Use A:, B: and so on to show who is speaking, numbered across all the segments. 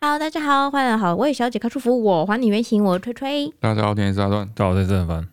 A: Hello，大家好，欢迎好，我是小姐开舒服，我还你原形，我是吹吹。
B: 大家好，我是阿段。
C: 大家好，啊这是很烦。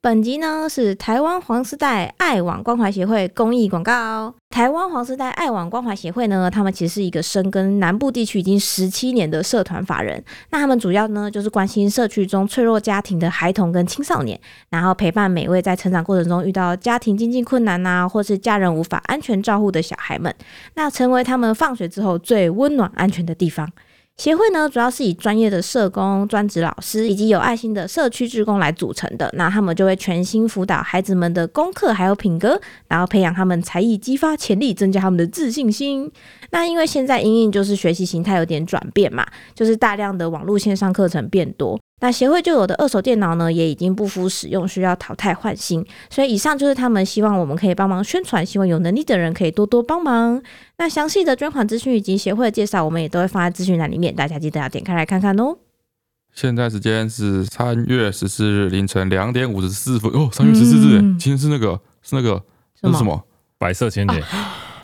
A: 本集呢是台湾黄丝带爱网关怀协会公益广告。台湾黄丝带爱网关怀协会呢，他们其实是一个深耕南部地区已经十七年的社团法人。那他们主要呢就是关心社区中脆弱家庭的孩童跟青少年，然后陪伴每位在成长过程中遇到家庭经济困难呐、或是家人无法安全照护的小孩们，那成为他们放学之后最温暖安全的地方。协会呢，主要是以专业的社工、专职老师以及有爱心的社区志工来组成的。那他们就会全心辅导孩子们的功课还有品格，然后培养他们才艺，激发潜力，增加他们的自信心。那因为现在隐隐就是学习形态有点转变嘛，就是大量的网络线上课程变多。那协会就有的二手电脑呢，也已经不敷使用，需要淘汰换新。所以以上就是他们希望我们可以帮忙宣传，希望有能力的人可以多多帮忙。那详细的捐款资讯以及协会的介绍，我们也都会放在资讯栏里面，大家记得要点开来看看哦。
B: 现在时间是三月十四日凌晨两点五十四分。哦，三月十四日，
A: 嗯
B: 今天是那个是那个那是什？么？
C: 白色情人节、
B: 哦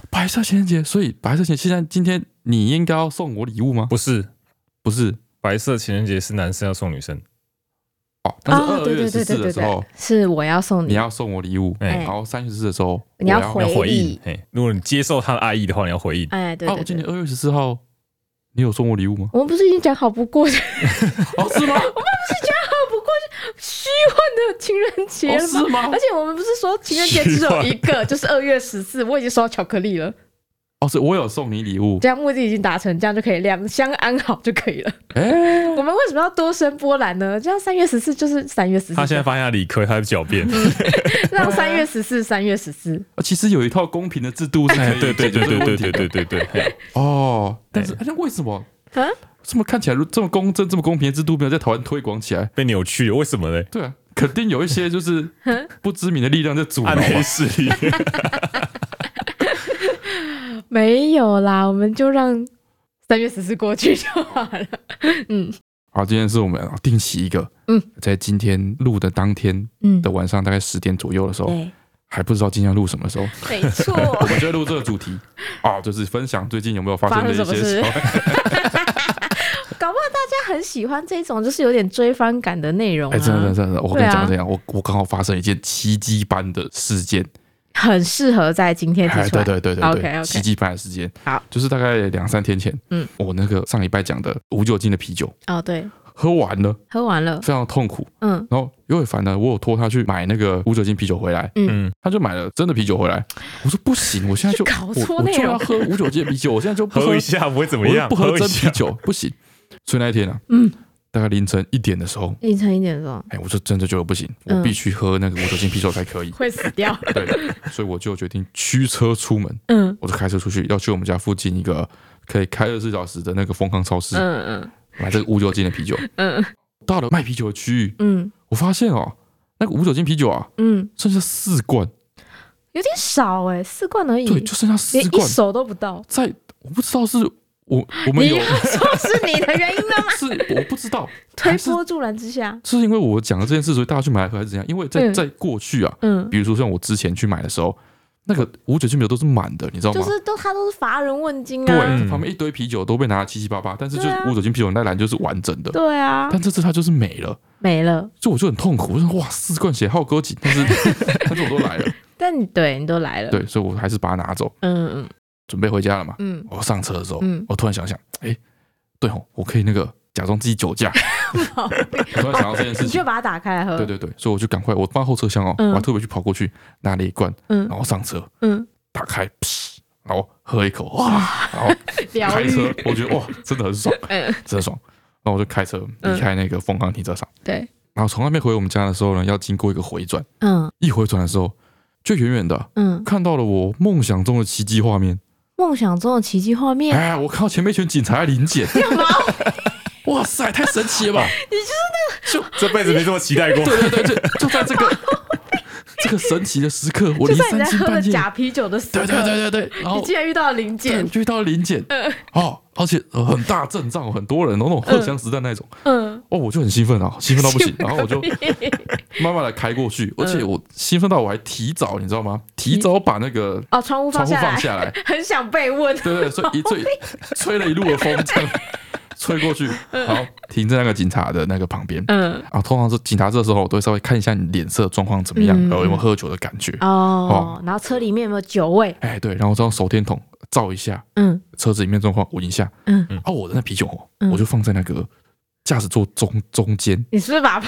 B: 白色情人节。所以白色情人现在今天你应该要送我礼物吗？
C: 不是
B: 不是
C: 白色情人节是男生要送女生，
B: 哦，但是
A: 哦
B: 二
A: 对
B: 月
A: 对
B: 十
A: 对
B: 四
A: 对嗯
B: 的
A: 对
B: 时候
A: 对，是我要送
B: 你
A: 你，
B: 要送我礼物，
C: 哎
B: 然后三月十四的时候
A: 你要
B: 我要
A: 回
C: 要回
A: 忆
C: 应。嘿，如果你接受他的爱意的话，你要回应。
A: 哎，对
B: 啊，
A: 对
B: 我记
A: 对
B: 得，二月十四号你有送我礼物 吗
A: ？我们不是已经讲好不过 去，
B: 哦，是吗？
A: 好不过去虚幻的情人节
B: 哦，
A: 了吗？
B: 是吗
A: 而？且我们不是说情人节只有一个， 就是二月十四，我已经收到巧克力了，
B: 哦，是我有送你礼物。
A: 这样目的已经达成，这样就可以两相安好就可以了。
B: 哎，
A: 我们为什么要多生波澜呢？这样三月十四就是三月十
C: 他现在
A: 四，
C: 发现他理科，他在狡辩。
B: 嗯
A: 让三月十四三月十四。
B: 啊其实有一套公平的制度是可
C: 哎，
B: 以
C: 对对对
B: 解决这
C: 对对
B: 个问题
C: 对
B: 的
C: 对对对，嘿
B: 哦，但是哎那为什么
A: 啊？
B: 这么看起来这么公正、这么公平的制度没有在台湾推广起来？
C: 被扭曲了，为什么呢？
B: 对啊，肯定有一些就是
A: 嗯
B: 不知名的力量在阻挠啊
C: 暗
B: 嘛。
C: 黑势力。
A: 没有啦，我们就让三月十四过去就好了。嗯
B: 好，今天是我们哦定期一个，
A: 嗯，
B: 在今天录的当天
A: 嗯
B: 的，晚上大概十点左右的时候，
A: 对，
B: 还不知道今天要录什么 的时候，
A: 没 错。
B: 我们就会录这个主题啊，就是分享最近有没有发生的一
A: 发生什
B: 些
A: 么
B: 小
A: 搞不好大家很喜欢这种就是有点追番感的内容、啊，
B: 哎，真的真的真的，我跟
A: 对
B: 你
A: 啊
B: 讲这样，我我刚好发生一件奇迹般的事件，
A: 很适合在今天提
B: 哎，
A: 出
B: 对
A: 来。
B: 对对对
A: OK，OK
B: 对，奇迹般的时间，
A: 好，
B: 就是大概两三天前，
A: 嗯，
B: 我那个上礼拜讲的无酒精的啤酒
A: 哦，对，
B: 喝完了，
A: 喝完了，
B: 非常痛苦。
A: 嗯，
B: 然后尤伟凡呢，我有托他去买那个无酒精啤酒回来，
C: 嗯，
B: 他就买了真的啤酒回来。我说不行，我现在就
A: 去 搞
B: 我
A: 错
B: 我
A: 内
B: 就
A: 容
B: 要喝无酒精的啤酒，我现在就不
C: 喝
B: 喝
C: 一，下不会怎么
B: 我
C: 样，
B: 就不喝
C: 一
B: 真啤
C: 下。
B: 酒，不行。所以那一天啊，
A: 嗯，
B: 大概凌晨一点的时候，
A: 凌晨一点钟
B: 哎，我就真的觉得不行，
A: 嗯。
B: 我必须喝那个无酒精啤酒才可以
A: 会死掉。
B: 对，所以我就决定驱车出门。
A: 嗯
B: 我就开车出去，要去我们家附近一个可以开二十四小时的那个丰康超市、
A: 嗯嗯
B: 买这个无酒精的啤酒。
A: 嗯
B: 到了卖啤酒的区域，
A: 嗯
B: 我发现哦，那个无酒精啤酒啊，
A: 嗯，
B: 剩下四罐，
A: 有点少哎、四罐而已，
B: 对，就剩下四
A: 连一
B: 罐，
A: 手都不到。
B: 在我不知道是我我们
A: 你
B: 有
A: 要说是你的原因 呢？
B: 是我不知道，
A: 推
B: 还是
A: 波助澜之下，
B: 是因为我讲了这件事，所以大家去买来喝还是怎样？因为在、
A: 嗯
B: 在过去啊，
A: 嗯，
B: 比如说像我之前去买的时候，那个无酒精啤酒都是满的，你知道吗？
A: 就是啊都他都是乏人问津
B: 对，
A: 啊。
C: 嗯
B: 旁边一堆啤酒都被拿得七七八八，但是就
A: 对啊
B: 是无酒精啤酒那栏就是完整的，
A: 对啊，
B: 但这次它就是没了。
A: 没了。
B: 就我就很痛苦，我就说哇，四罐血好勾紧，但 是但是我都来了，
A: 但你对你都来了，
B: 对，所以我还是把它拿走，
A: 嗯
B: 准备回家了嘛。
A: 嗯
B: 我上车的时候，
A: 嗯
B: 我突然想想，哎、对哦，我可以那个假装自己 酒驾，
A: 嗯，
B: 我突然想到这件事
A: 你
B: 情
A: 就。把它打开来喝。
B: 对对对，所以我就赶快，我放后车厢哦，
A: 嗯
B: 我还特别去跑过去拿了一罐，
A: 嗯
B: 然后上车
A: 嗯，
B: 打开，噗然后喝一口，哇，然后
A: 疗
B: 开车
A: 愈。，
B: 我觉得哇，真的 很爽，
A: 嗯，
B: 真的爽。然后我就开车
A: 嗯
B: 离开那个凤凰停车场，
A: 对，
B: 然后从那边回我们家的时候呢，要经过一个回转，
A: 嗯
B: 一回转的时候，就远远的
A: 嗯，
B: 看到了我梦想中的奇迹画面。
A: 梦想中的奇迹画面，
B: 哎，我看到前面一群警察在临检， 哇塞，太神奇了吧！
C: 这辈子没这么期待过。
B: 对对对，就就在这个这个神奇的时刻，我
A: 就
B: 离
A: 在你
B: 三
A: 在
B: 更
A: 喝的
B: 半夜，
A: 假啤酒的时刻，
B: 对对对对对，然
A: 你
B: 后
A: 竟然遇到了嗯零
B: 对
A: 件，
B: 遇到临检，哦，而且呃很大阵仗，很多人，然后那种荷枪实弹那种，
A: 嗯，
B: 哦，我就很兴奋啊，兴奋到不行，然后我就
A: 嗯
B: 慢慢的开过去，而且我兴奋到我还提早，你知道吗？提早把那个
D: 哦，窗户
B: 窗
D: 放
B: 户
D: 下来，
B: 放下来，
D: 很想被问。
B: 对对，所以一吹吹了一路的风，这样吹过去，好停在那个警察的那个旁边。
D: 嗯，
B: 啊，通常是警察这时候我都会稍微看一下你脸色状况怎么样，呃
D: 嗯
B: 然后有没有喝酒的感觉。
D: 哦，然后车里面有没有酒味？
B: 哎，对，然后再用手电筒照一下
D: 嗯
B: 车子里面状况，闻一下。
D: 嗯，
B: 啊，我的那啤酒哦，
D: 嗯
B: 我就放在那个驾驶座中中间，
D: 你是不是把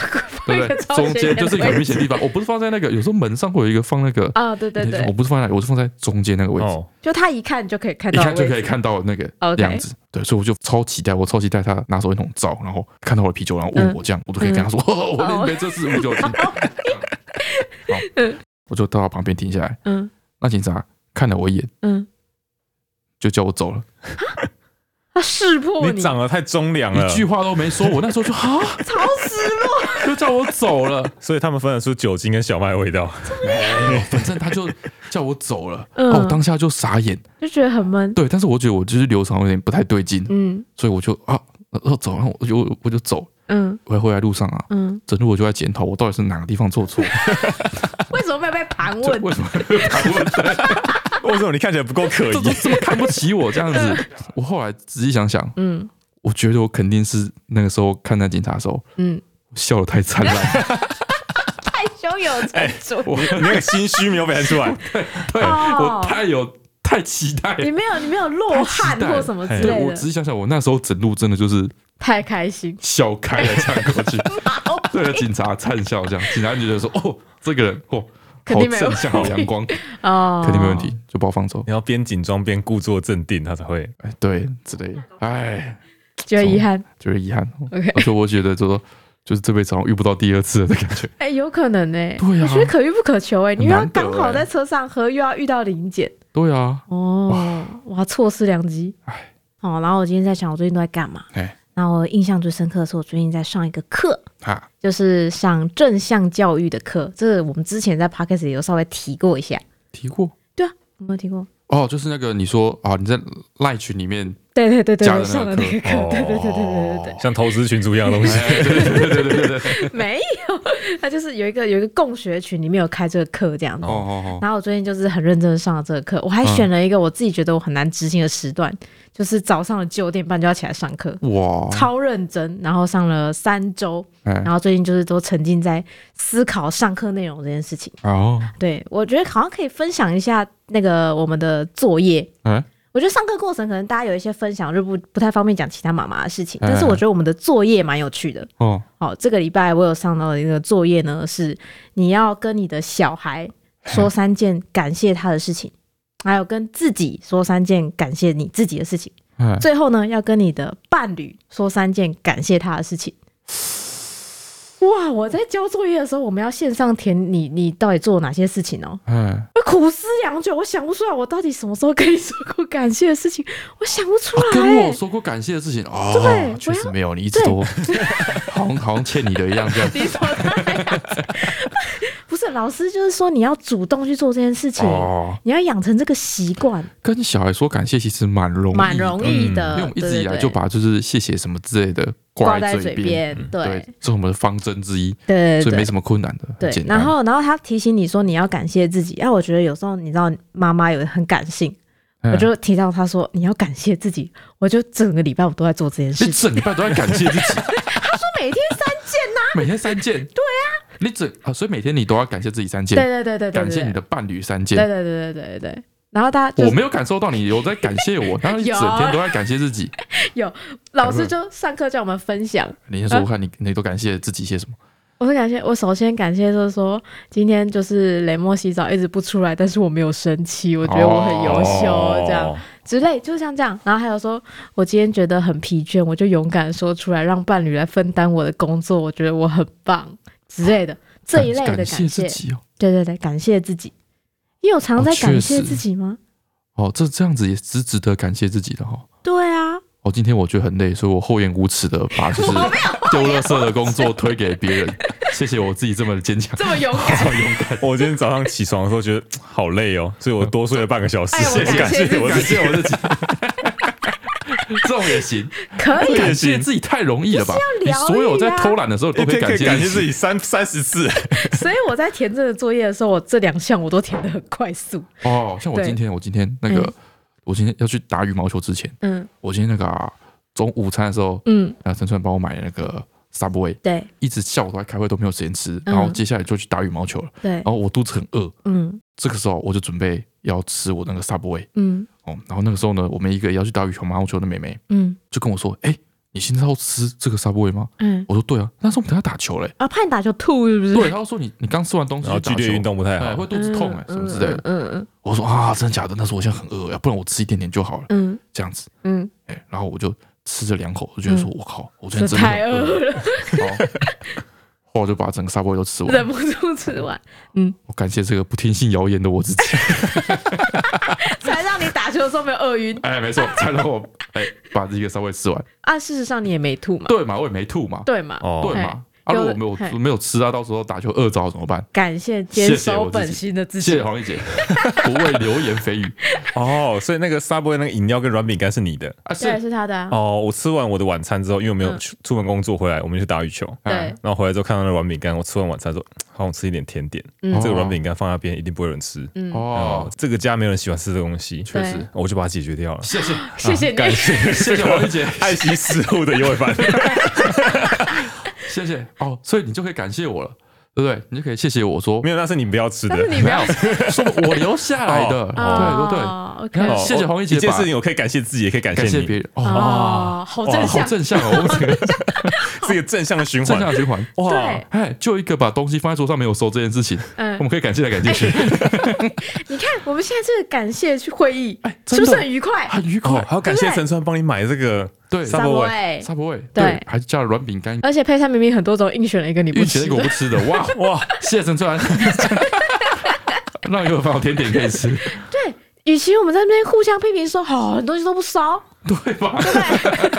B: 对 不对？中间就是一个很明显的地方。我不是放在那个，有时候门上会有一个放那个，
D: 啊、哦，对对
B: 我
D: 对，
B: 不是放在那里，我是放在中间那个位置。
C: 哦，
D: 就他一看就可以看
B: 一
D: 到的
B: 看
D: 位置，
B: 就可以看到那个
D: OK
B: 样子，对，所以我就超期待，我超期待他拿手电筒照，然后看到我的啤酒，然后
D: 嗯
B: 问我这样，我都可以跟他说，哦， 我那边这是无酒精。 好，我就到他旁边停下来，
D: 嗯
B: 那警察看了我一眼，
D: 嗯，
B: 就叫我走了，
D: 他识破
C: 你长得太忠良了
B: 一，句话都没说。我那时候就啊，
D: 超失落。
B: 就叫我走了，
C: 所以他们分得出酒精跟小麦的味道。
B: 反正他就叫我走了。
D: 嗯
B: 哦，我当下就傻眼，
D: 就觉得很闷。
B: 对，但是我觉得我就是流程有点不太对劲，
D: 嗯
B: 所以我就啊，要走，然后我就我就走。
D: 嗯
B: 回回来路上啊，
D: 嗯，
B: 整路我就在检讨我到底是哪个地方做错，
D: 为什么没有被盘
B: 就
D: 问？
B: 为什么会盘问
C: 为什么你看起来不够可
B: 这
C: 疑
B: 都？这么看不起我这样 子？我后来仔细想想，
D: 嗯
B: 我觉得我肯定是那个时候看那警察的时候
D: 嗯，
B: 笑得太灿 烂，
D: 太胸有
B: 哎
D: 成竹。
B: 我
C: 哎你那个心虚没有表现出 来，
B: 对
D: 哦
B: 我太有太期待
D: 你
B: 了。
D: 没有，你没有落汗
B: 太期待了
D: 或什么之
C: 哎
B: 对
D: 类
B: 我
D: 的
B: 仔，细想想，我那时候整路真的就是
D: 太开心。
B: 笑开了，这样过 去，对着警察灿笑，这样警察就觉得说：“哦，这个人哦，
D: 肯
B: 好
D: 定没有
B: 正向，好阳光，
D: 哦，
B: 肯定没问题。。”就把我放走，
C: 你要边紧张边故作镇定，他才会。
B: 哎，对之类的，哎，
D: 觉得遗憾。
B: 就是遗憾。
D: OK，
B: 而且我觉得，就说就是这辈子好像遇不到第二次了的感觉。
D: 哎，有可能呢。
B: 对啊
D: 我觉得可遇不可求哎，你又要
B: 很难得
D: 刚好
B: 哎
D: 在车上喝，又要遇到零检。
B: 对啊，
D: 哦，哇，错失良机。
B: 哎
D: 哦，然后我今天在想，我最近都在干嘛？
B: 哎
D: 那我印象最深刻的是，我最近在上一个课，
B: 哈，
D: 就是上正向教育的课，这个我们之前在 podcast 里有稍微提过一下，
B: 提过。
D: 对啊，有没有提过？
B: 哦，就是那个你说啊，你在赖群里面，
D: 对对对对
B: 加的那个
D: 对，上了那个课，
C: 哦
D: 对对对对对对
C: 像投资群组一样的东 西。
D: 对， 没有，他就是有一个有一个共学群里面有开这个课这样子
B: 哦。哦哦，
D: 然后我最近就是很认真地上了这个课，我还选了一个我自己觉得我很难执行的时段，就是早上的九点半就要起来上课，
B: 哇，
D: 超认真，然后上了三周，
B: 哎，
D: 然后最近就是都沉浸在思考上课内容这件事情。
B: 哦，
D: 对，我觉得好像可以分享一下那个我们的作业。
B: 哎，
D: 我觉得上课过程可能大家有一些分享，就不不太方便讲其他妈妈的事情。
B: 哎
D: 但是我觉得我们的作业蛮有趣的。
B: 哦，
D: 好、这个礼拜我有上到的一个作业呢，是你要跟你的小孩说三件感谢他的事情，还有跟自己说三件感谢你自己的事情。
B: 哎，
D: 最后呢，要跟你的伴侣说三件感谢他的事情。哇！我在交作业的时候，我们要线上填你你到底做了哪些事情哦。
B: 哎，
D: 我苦思良久，我想不出来我到底什么时候跟你说过感谢的事情，我想不出
B: 啊
D: 来、
B: 跟
D: 欸。
B: 我说过感谢的事情
D: 对我
B: 哦
D: 要，
B: 确实没有，你一直都好像好像欠你的一样 这样。
D: 你怎么那样子 不是老师，就是说你要主动去做这件事情，
B: 哦，
D: 你要养成这个习惯，
B: 跟小孩说感谢其实蛮容易，
D: 蛮容
B: 的，
D: 易
B: 因
D: 的。
B: 为我们一
D: 对
B: 直以来就把就是谢谢什么之类的
D: 对对挂
B: 在
D: 在嘴
B: 边，嗯
D: 边，对
B: 对，这是我们的方针之一，
D: 对对
B: 所以没
D: 对。
B: 什么困难的，很
D: 对
B: 简，单。
D: 然后然后他提醒你说你要感谢自己，哎、啊，我觉得有时候你知道妈妈有很感性，
B: 哎
D: 我就提到他说你要感谢自己，我就整个礼拜我都在做这件事
B: 你
D: 情，
B: 整礼拜都在感谢自己，
D: 说每天三件呐、
B: 每天三件。对啊，你整啊，所以每天你都要感谢自己三件。
D: 对对对对对，
B: 感谢
D: 对
B: 你的伴侣三
D: 对
B: 件。
D: 对对对对对。然后大家就
B: 我
D: 是
B: 没有感受到你有在感谢 我，然后你
D: 有
B: 整天都在感谢自 己。
D: 老师就上课叫我们分享，
B: 你先说说看，你你都感谢自己些什么？
D: 我很感谢，我首先感谢就是说，今天就是雷莫洗澡一直不出来，但是我没有生气，我觉得我很
B: 哦
D: 优秀，这样、
C: 哦
D: 之类，就像这样。然后还有说，我今天觉得很疲倦，我就勇敢说出来，让伴侣来分担我的工作，我觉得我很棒之类的这一类的
B: 啊感
D: 感谢
B: 自。己哦。
D: 对对对，感谢自己。你有常在
B: 哦
D: 感
B: 确
D: 谢
B: 实
D: 自己吗？
B: 哦，这这样子也是值得感谢自己的哈。
D: 对啊，
B: 哦，今天我觉得很累，所以我厚颜无耻的把就是丢垃圾的工作推给别 人。谢谢我自己这么坚强，
D: 这么勇敢，
C: 我今天早上起床的时候觉得好累哦，所以我多睡了半个小时
D: 哎，我
C: 感
D: 感谢
C: 谢我
B: 感
C: 自己。
B: 谢我自己。这种也行，
D: 可以，
B: 感谢自己太容易了吧？
D: 是
B: 你
D: 要疗愈啊
B: 所有在偷懒的时候都
C: 一
B: 可以
C: 天可
B: 感
C: 以
B: 谢
C: 感谢自
B: 己。
C: 己三三十次，
D: 所以我在填这个作业的时候，我这两项我都填的很快速。
B: 哦，像我
D: 对
B: 今天，我今天那个
D: 嗯，
B: 我今天要去打羽毛球之前，
D: 嗯
B: 我今天那个啊中午餐的时候，
D: 嗯，
B: 啊，陈川帮我买那个 Subway，
D: 对
B: 一直下午都在开会，都没有时间吃，
D: 嗯
B: 然后接下来就去打羽毛球了。
D: 对
B: 然，后我肚子很饿，
D: 嗯
B: 这个时候我就准备要吃我那个 Subway
D: 嗯
B: 哦。然后那个时候呢，我们一个要去打羽毛球的妹妹
D: 嗯
B: 就跟我说：“哎、你现在要吃这个 Subway 吗
D: 嗯？”，
B: 我说：“对啊。”那时候我们等下打球嘞、
D: 啊，怕你打球吐是不是？
B: 对，他就说你你刚吃完东西
C: 然后
B: 去
C: 剧
B: 打球
C: 烈运，动不太
B: 哎，
C: 好
B: 会。肚子痛哎、什么之类的。
D: 嗯嗯
B: 我说啊，真的假的？那时候我现在很饿，要不然我吃一点点就好了，
D: 嗯
B: 这样子。
D: 嗯，
B: 哎、然后我就吃了两口，我就觉得说，我靠，我昨天真的
D: 太
B: 很
D: 饿
B: 饿。
D: 了，
B: 好，后来我就把整个 Subway 都吃完了
D: 忍。不住吃完，
B: 我感谢这个不听信谣言的我自己。
D: 才让你打球的时候没有饿晕
B: 哎，没错，才让我 哎把这个稍微吃完。
D: 啊。事实上你也没吐嘛，
B: 对嘛，我也没吐嘛，
D: 对嘛？哎
C: 哦
B: 对，嘛。啊，如果没有没有吃啊，到时候打球饿着怎么办？
D: 感谢坚
B: 坚
D: 守
B: 守
D: 本
B: 本
D: 心的自
B: 谢
D: 己
B: 谢。黄丽姐， 不畏流言蜚语
C: 哦，所以那个 Subway 那个饮料跟软饼干是你的
B: 啊！
D: 对，
B: 是
D: 是他的啊。
C: 哦。我吃完我的晚餐之后，因为我没有
D: 嗯
C: 出出门工作回来，我们去打羽球，
D: 对，
C: 然后回来之后看到那软饼干，我吃完晚餐说，嗯好想吃一点甜点。
D: 嗯
C: 这个软饼干放那边一定不会有人吃。
D: 嗯，
B: 哦
C: 哦，，这个家没有人喜欢吃这个东西，哦
B: 确实，
C: 我就把它解决掉了。
B: 谢谢
D: 谢谢
C: 感
D: 你，
C: 谢
B: 谢谢黄丽姐，
C: 爱惜食物的尤伟凡，
B: 谢谢哦，所以你就可以感谢我了，对不对？你就可以谢谢我说
C: 没有，那是你不要吃的
D: 但。是你不
B: 没
D: 要
B: 有，说我留下来的，对对对，
D: 哦
B: 你看
D: ，OK，
B: 谢谢黄奕杰
C: 一件
B: 把
C: 事情我可以感谢自己，也可以感
B: 感谢
C: 谢
B: 别
C: 你，
B: 人哦，
D: 哦，好
B: 哇
D: 正
B: 好
D: 向，
B: 正向哦，我们 整个
C: 是一个正向的循
B: 正向
C: 环。
B: 的循环。
D: 对，
B: 哎，就一个把东西放在桌上没有收这件事情，我
D: 嗯哎
B: 们，可以感谢来感谢去，
D: 你看我们现在这个感谢去会议
B: 哎，真
D: 是
B: 的
D: 不是很愉快？
B: 很愉
C: 哦
B: 快，。
C: 还要感谢陈川帮你买这个
B: 对
C: Subway
D: Subway
B: 沙博味，
D: 对
B: 哎对，还加了软饼干，
D: 而且配菜明明很多种，硬选了一个你不
B: 运气
D: 吃
B: 那个我
D: 的
B: 不，吃的，哇哇，谢谢陈川，让有饭我甜点可以 吃，
D: 与其我们在那边互相批评说好很多东西都 不烧，
B: 对吧？
D: 对不对？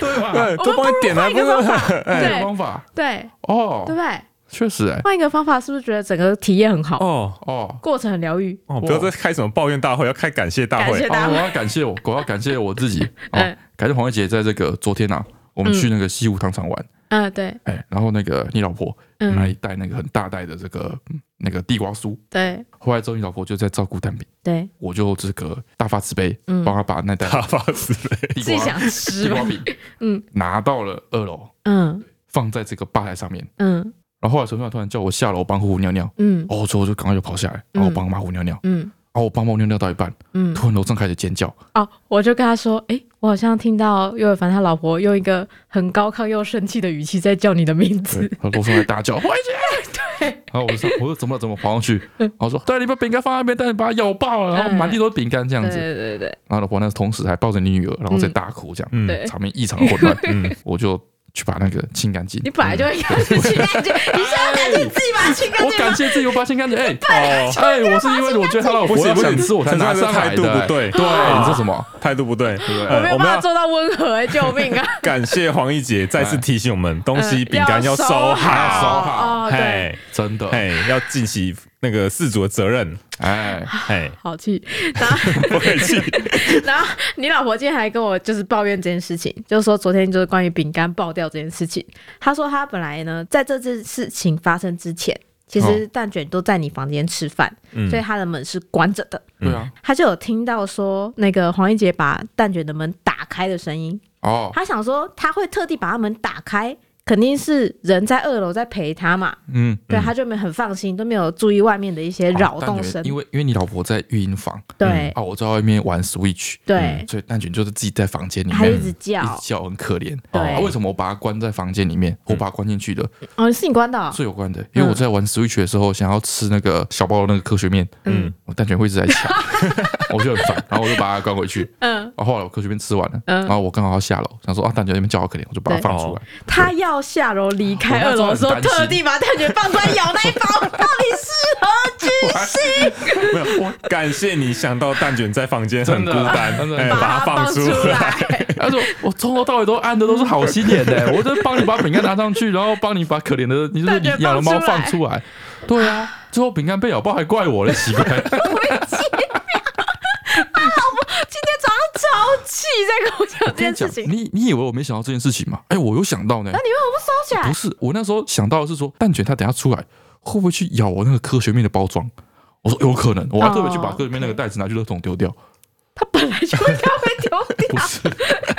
B: 对吧？
C: 对，哎都帮你点了，啊
D: 换一个方法，
B: 这个
D: 对
B: 方法
D: 对
B: 哦
D: 对不，对？
B: 确实哎，
D: 换一个方法，是不是觉得整个体验很好，
C: 哦
B: 哦。
D: 过程很疗愈？
C: 哦，不要再开什么抱怨大会，要开感谢大
D: 感谢
C: 会。
B: 哦
D: 大，
B: 我
D: 家
B: 要感谢我，我要感谢我自己。 哦
D: 啊嗯，
B: 感谢黄慧姐在这个昨天啊，我们去那个西湖糖厂玩，
D: 嗯，对，
B: 哎，然后那个你老婆买
D: 嗯，
B: 一袋那个很大袋的这个嗯那个地瓜酥，
D: 对
B: 后来之后你老婆就在照顾蛋饼，
D: 对，
B: 我就这个大发慈悲，
D: 嗯
B: 帮她把那袋
C: 大发慈悲，
B: 地
D: 自己
B: 瓜
D: 想
B: 地
D: 吃
B: 瓜
D: 吧。
B: 饼，
D: 嗯，
B: 拿到了二楼，
D: 嗯
B: 放在这个吧台上面。
D: 嗯
B: 然后后来陈川突然叫我下楼帮虎虎尿尿，
D: 嗯
B: 哦，所以我就赶快就跑下来，然后我帮妈虎尿尿，
D: 嗯
B: 然后我帮猫尿尿到一半，
D: 嗯，
B: 突然楼上开始尖叫，
D: 哦，我就跟他说，诶，我好像听到尤伟凡他老婆用一个很高亢又生气的语气在叫你的名
B: 对
D: 字，，
B: 然后楼上还大叫，慧姐，对，然后我就上，我说怎么了怎么了跑上去，
D: 嗯
B: 然后说，对，你把饼干放在那边，但是把它咬爆了，然后满地都是饼干这样
D: 对
B: 子，
D: 对对对
B: 然后老婆那同时还抱着你女儿，然后在大哭这样，
C: 嗯，
D: 对，
B: 场面异常混 乱，
C: 嗯，
B: 我就去把那个清干净
D: 你。本来就应该去清干净，你现在感谢自己把它清干
B: 我
D: 净
B: 感
D: 吗？
B: 谢自己，我把它清干净。哎，
C: 哦，
B: 哎，我是因为我觉得他老婆
C: 我
B: 是
C: 要
B: 有
C: 想
B: 点吃，我才
C: 陈
B: 拿上
C: 川的
B: 来
C: 态度
B: 的。
C: 不对，
B: 对，你这什么？
C: 态度不对。
D: 我
C: 呃
D: 没有
C: 我们
D: 办法
C: 要
D: 做到温和、欸，救命啊！
C: 感谢黄奕姐再次提醒我们， 东西饼干要
D: 嗯收
C: 收
B: 好
C: 好，
D: 哦，对，
C: 嘿，
B: 真的，
C: 嘿，要尽其那个事主的责任，
B: 哎，
D: 啊
C: 嘿，
D: 好气。然后，
C: 不客气。
D: 然后你老婆今天还跟我就是抱怨这件事情，就是说昨天就是关于饼干爆掉这件事情。她说她本来呢，在这件事情发生之前，其实蛋卷都在你房间吃饭，
C: 哦嗯
D: 所以她的门是关着的。
B: 对啊，
D: 她就有听到说那个黄一杰把蛋卷的门打开的声音，
B: 哦，
D: 她想说她会特地把他门打开，肯定是人在二楼在陪她嘛。
B: 嗯，
D: 对，
C: 嗯
D: 他就没很放心，都没有注意外面的一些扰
B: 蛋
D: 动
B: 卷
D: 声。
B: 因为因哦为你老婆在育婴房
D: 对、
B: 啊，我在外面玩 Switch，嗯
D: 对，
B: 所以蛋卷就是自己在房间里
D: 还
B: 面
D: 一直叫
B: 一直叫，很可怜。
D: 对
B: 啊为什么我把它关在房间里面？我把它关进去的，
D: 哦，是你关的、哦，
B: 最有关的，因为我在玩 Switch 的时候，想要吃那个小包的那个科学面，
D: 嗯
C: 嗯，
B: 我蛋卷会一直在抢， 我就很烦，然后我就把它关回去。
D: 嗯，
B: 然后后来我科学面吃完了，
D: 嗯哦
B: 然后我刚好要下楼，想说啊，蛋卷在那边叫我可怜，我就把它放出来。
D: 他要下楼离开二楼的时候
B: 我，那时候很担心
D: 特地把蛋卷放出来咬那一包，到底是何居
C: 没有，我感谢你想到蛋卷在房间很
B: 真
C: 孤
B: 的啊
C: 单，
B: 真的
C: 哎，
D: 把
C: 把
D: 它
C: 它
D: 放
C: 放
D: 出
C: 出来。
D: 来？
B: 他说：“我从头到尾都按的都是好心眼的，我就帮你把饼干拿上去，然后帮你把可怜的你就是你养的猫放出来。对啊，最后饼干被咬爆还怪我嘞，奇怪。
D: 今天早上超气，在跟我有 这
B: 跟
D: 件
B: 你讲
D: 事，情。
B: 你你以为我没想到这件事情吗？哎，我有想到呢
D: 那。你为我不收起来
B: 不？是，我那时候想到的是说，蛋卷它等下出来会不会去咬我那个科学面的包装？我说有可能，我还特别去把
D: 哦
B: 科学面那个袋子拿去垃圾桶丢 掉。
D: 他本来就应该会丢
B: 不
D: 掉。
B: 是，
C: 哦
D: 感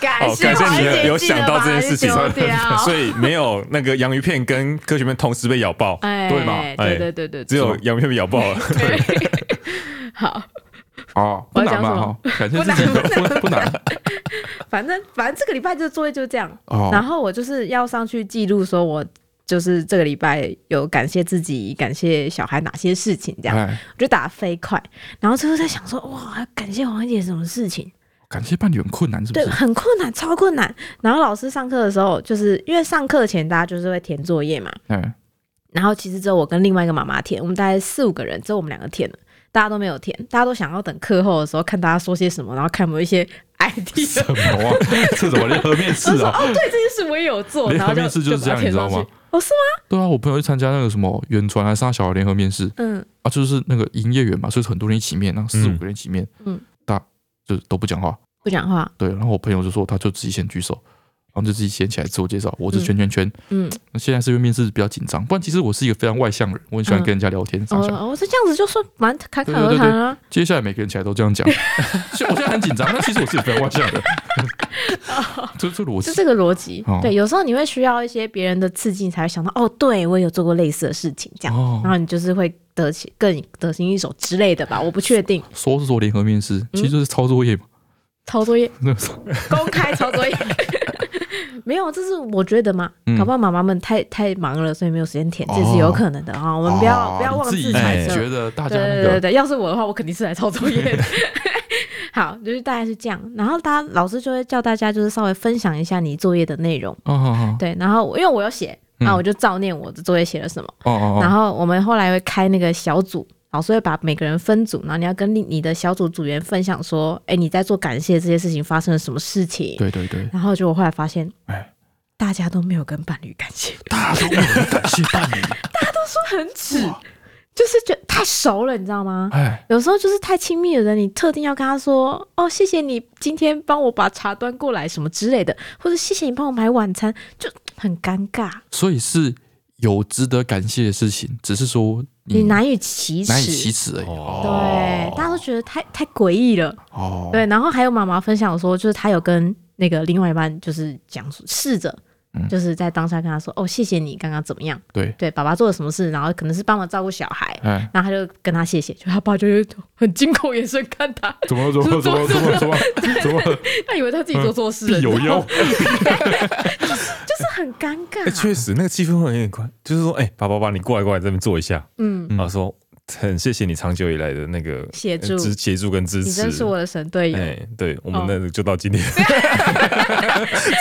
C: 感谢
D: 环
C: 你
D: 节
C: 有
D: 记得
C: 想到
D: 把
C: 这件
D: 它
C: 事情
D: 丢掉
C: 所以没有那个洋芋片跟科学面同时被咬爆，
D: 哎，
B: 对嘛
C: 哎
D: 对对对对，
C: 只有
D: 对
C: 洋芋片被咬爆 了。
D: 好，
B: 啊，不
D: 我要
B: 难
D: 讲什
B: 嘛
D: 么
B: 哈，感谢自己
D: 不难
B: 不不难
D: 反正反正这个礼拜的作业就这样。然
B: 哦。
D: 后我就是要上去记录，说我就是这个礼拜有感谢自己、感谢小孩哪些事情，这样
B: 哎，
D: 我就打飞快。然后最后在想说，哇，感谢黄姐什么事情？
B: 感谢伴侣很困难，是不
D: 对，
B: 是？
D: 很困难，超困难。然后老师上课的时候，就是因为上课前大家就是会填作业嘛，
B: 哎，
D: 然后其实只有我跟另外一个妈妈填，我们大概四五个人，只有我们两个填了，大家都没有填，大家都想要等课后的时候看大家说些什么，然后看有没有一些 idea。
B: 什 么啊？这怎么联合面试
D: 我说
B: 啊？
D: 哦，对，这件事 我也有做，
B: 联
D: 然
B: 合
D: 后就
B: 面试就是这样，
D: 把它
B: 你
D: 填
B: 知道
D: 上
B: 吗
D: 去？？哦，是吗？
B: 对啊，我朋友去参加那个什么远传还是啥小孩联合面试
D: 嗯，
B: 啊，就是那个营业员嘛，所以很多人一起面，然后四五个人一起面，
D: 嗯，
B: 大就是都不讲话，
D: 不讲话。
B: 对。然后我朋友就说，他就自己先举手，然后就自己先起来自我介绍，我是圈圈圈。
D: 嗯，
B: 那现在是因为面试比较紧张，不然其实我是一个非常外向的人，我很喜欢跟人家聊天，上下。
D: 嗯哦，我说这样子就算蛮侃
B: 对
D: 侃而
B: 对对
D: 谈啊。
B: 接下来每个人起来都这样讲， 所以我现在很紧张，但其实我是有非常外向的， 这这逻
D: 哦是
B: 辑
D: 这个逻辑
B: 哦，
D: 对，有时候你会需要一些别人的刺激，你才会想到哦，对我也有做过类似的事情，这样，
B: 哦
D: 然。后你就是会得起更得心应手之类的 吧，我不确定。
B: 说是说联合面试，其
D: 嗯
B: 实就是抄作业嘛。
D: 抄作 业，
B: 那
D: 公开抄作业， 没有，这是我觉得嘛，
B: 嗯
D: 搞不好妈妈们太太忙了，所以没有时间填，
B: 哦
D: 这是有可能的啊。我们不要
B: 哦
D: 不要妄
B: 你自
D: 自
B: 己
D: 揣
C: 哎
D: 测，
B: 觉得大家
D: 对
B: 啊那
D: 对对
B: 个
D: 对，要是我的话，我肯定是来抄作 业的。好，就是大概是这样。然后大家老师就会叫大家就是稍微分享一下你作业的内容，
B: 哦哦
D: 对。然后因为我有写，
B: 嗯
D: 那我就照念我的作业写了什么。
B: 哦哦，
D: 然后我们后来会开那个小组，老师会把每个人分组，然后你要跟另你的小组组员分享说，哎，你在做感谢这些事情发生了什么事情。
B: 对对对，
D: 然后结果后来发现，
B: 哎
D: 大家都没有跟伴侣感谢，
B: 大家都没有感谢伴 侣，
D: 都很指，就是觉得太熟了，你知道吗？
B: 哎，
D: 有时候就是太亲密的人，你特定要跟他说哦，谢谢你今天帮我把茶端过来什么之类的，或者谢谢你帮我买晚餐，就很尴尬，
B: 所以是有值得感谢的事情，只是说
D: 你难以启
B: 嗯
D: 齿。
B: 难以启齿而已。啊
D: 对，大家都觉得太太诡异了。
B: 哦，
D: 对，然后还有妈妈分享说，就是她有跟那个另外一半就是讲述试着
B: 嗯。
D: 就是在当下跟他说：“哦，谢谢你刚刚怎么样？
B: 对，
D: 对，爸爸做了什么事？然后可能是帮忙照顾小孩，
B: 哎，
D: 然后他就跟他谢谢，就他爸就会很惊恐眼神看他，
B: 怎么了怎么了怎么了怎么了怎么了怎么了
D: 他以为他自己做错事了，
B: 嗯必有
D: 你知道
B: 妖
D: 吗？就是很尴尬、
C: 哎，确实那个气氛会有点怪，就是说，哎，爸爸爸，你过来过来这边坐一下，
D: 嗯，
C: 然后说很谢谢你长久以来的那个
D: 协助
C: 呃支协助跟支
D: 你
C: 持，
D: 真是我的哦神队友。
C: 哎，对，我们那个就到 今天，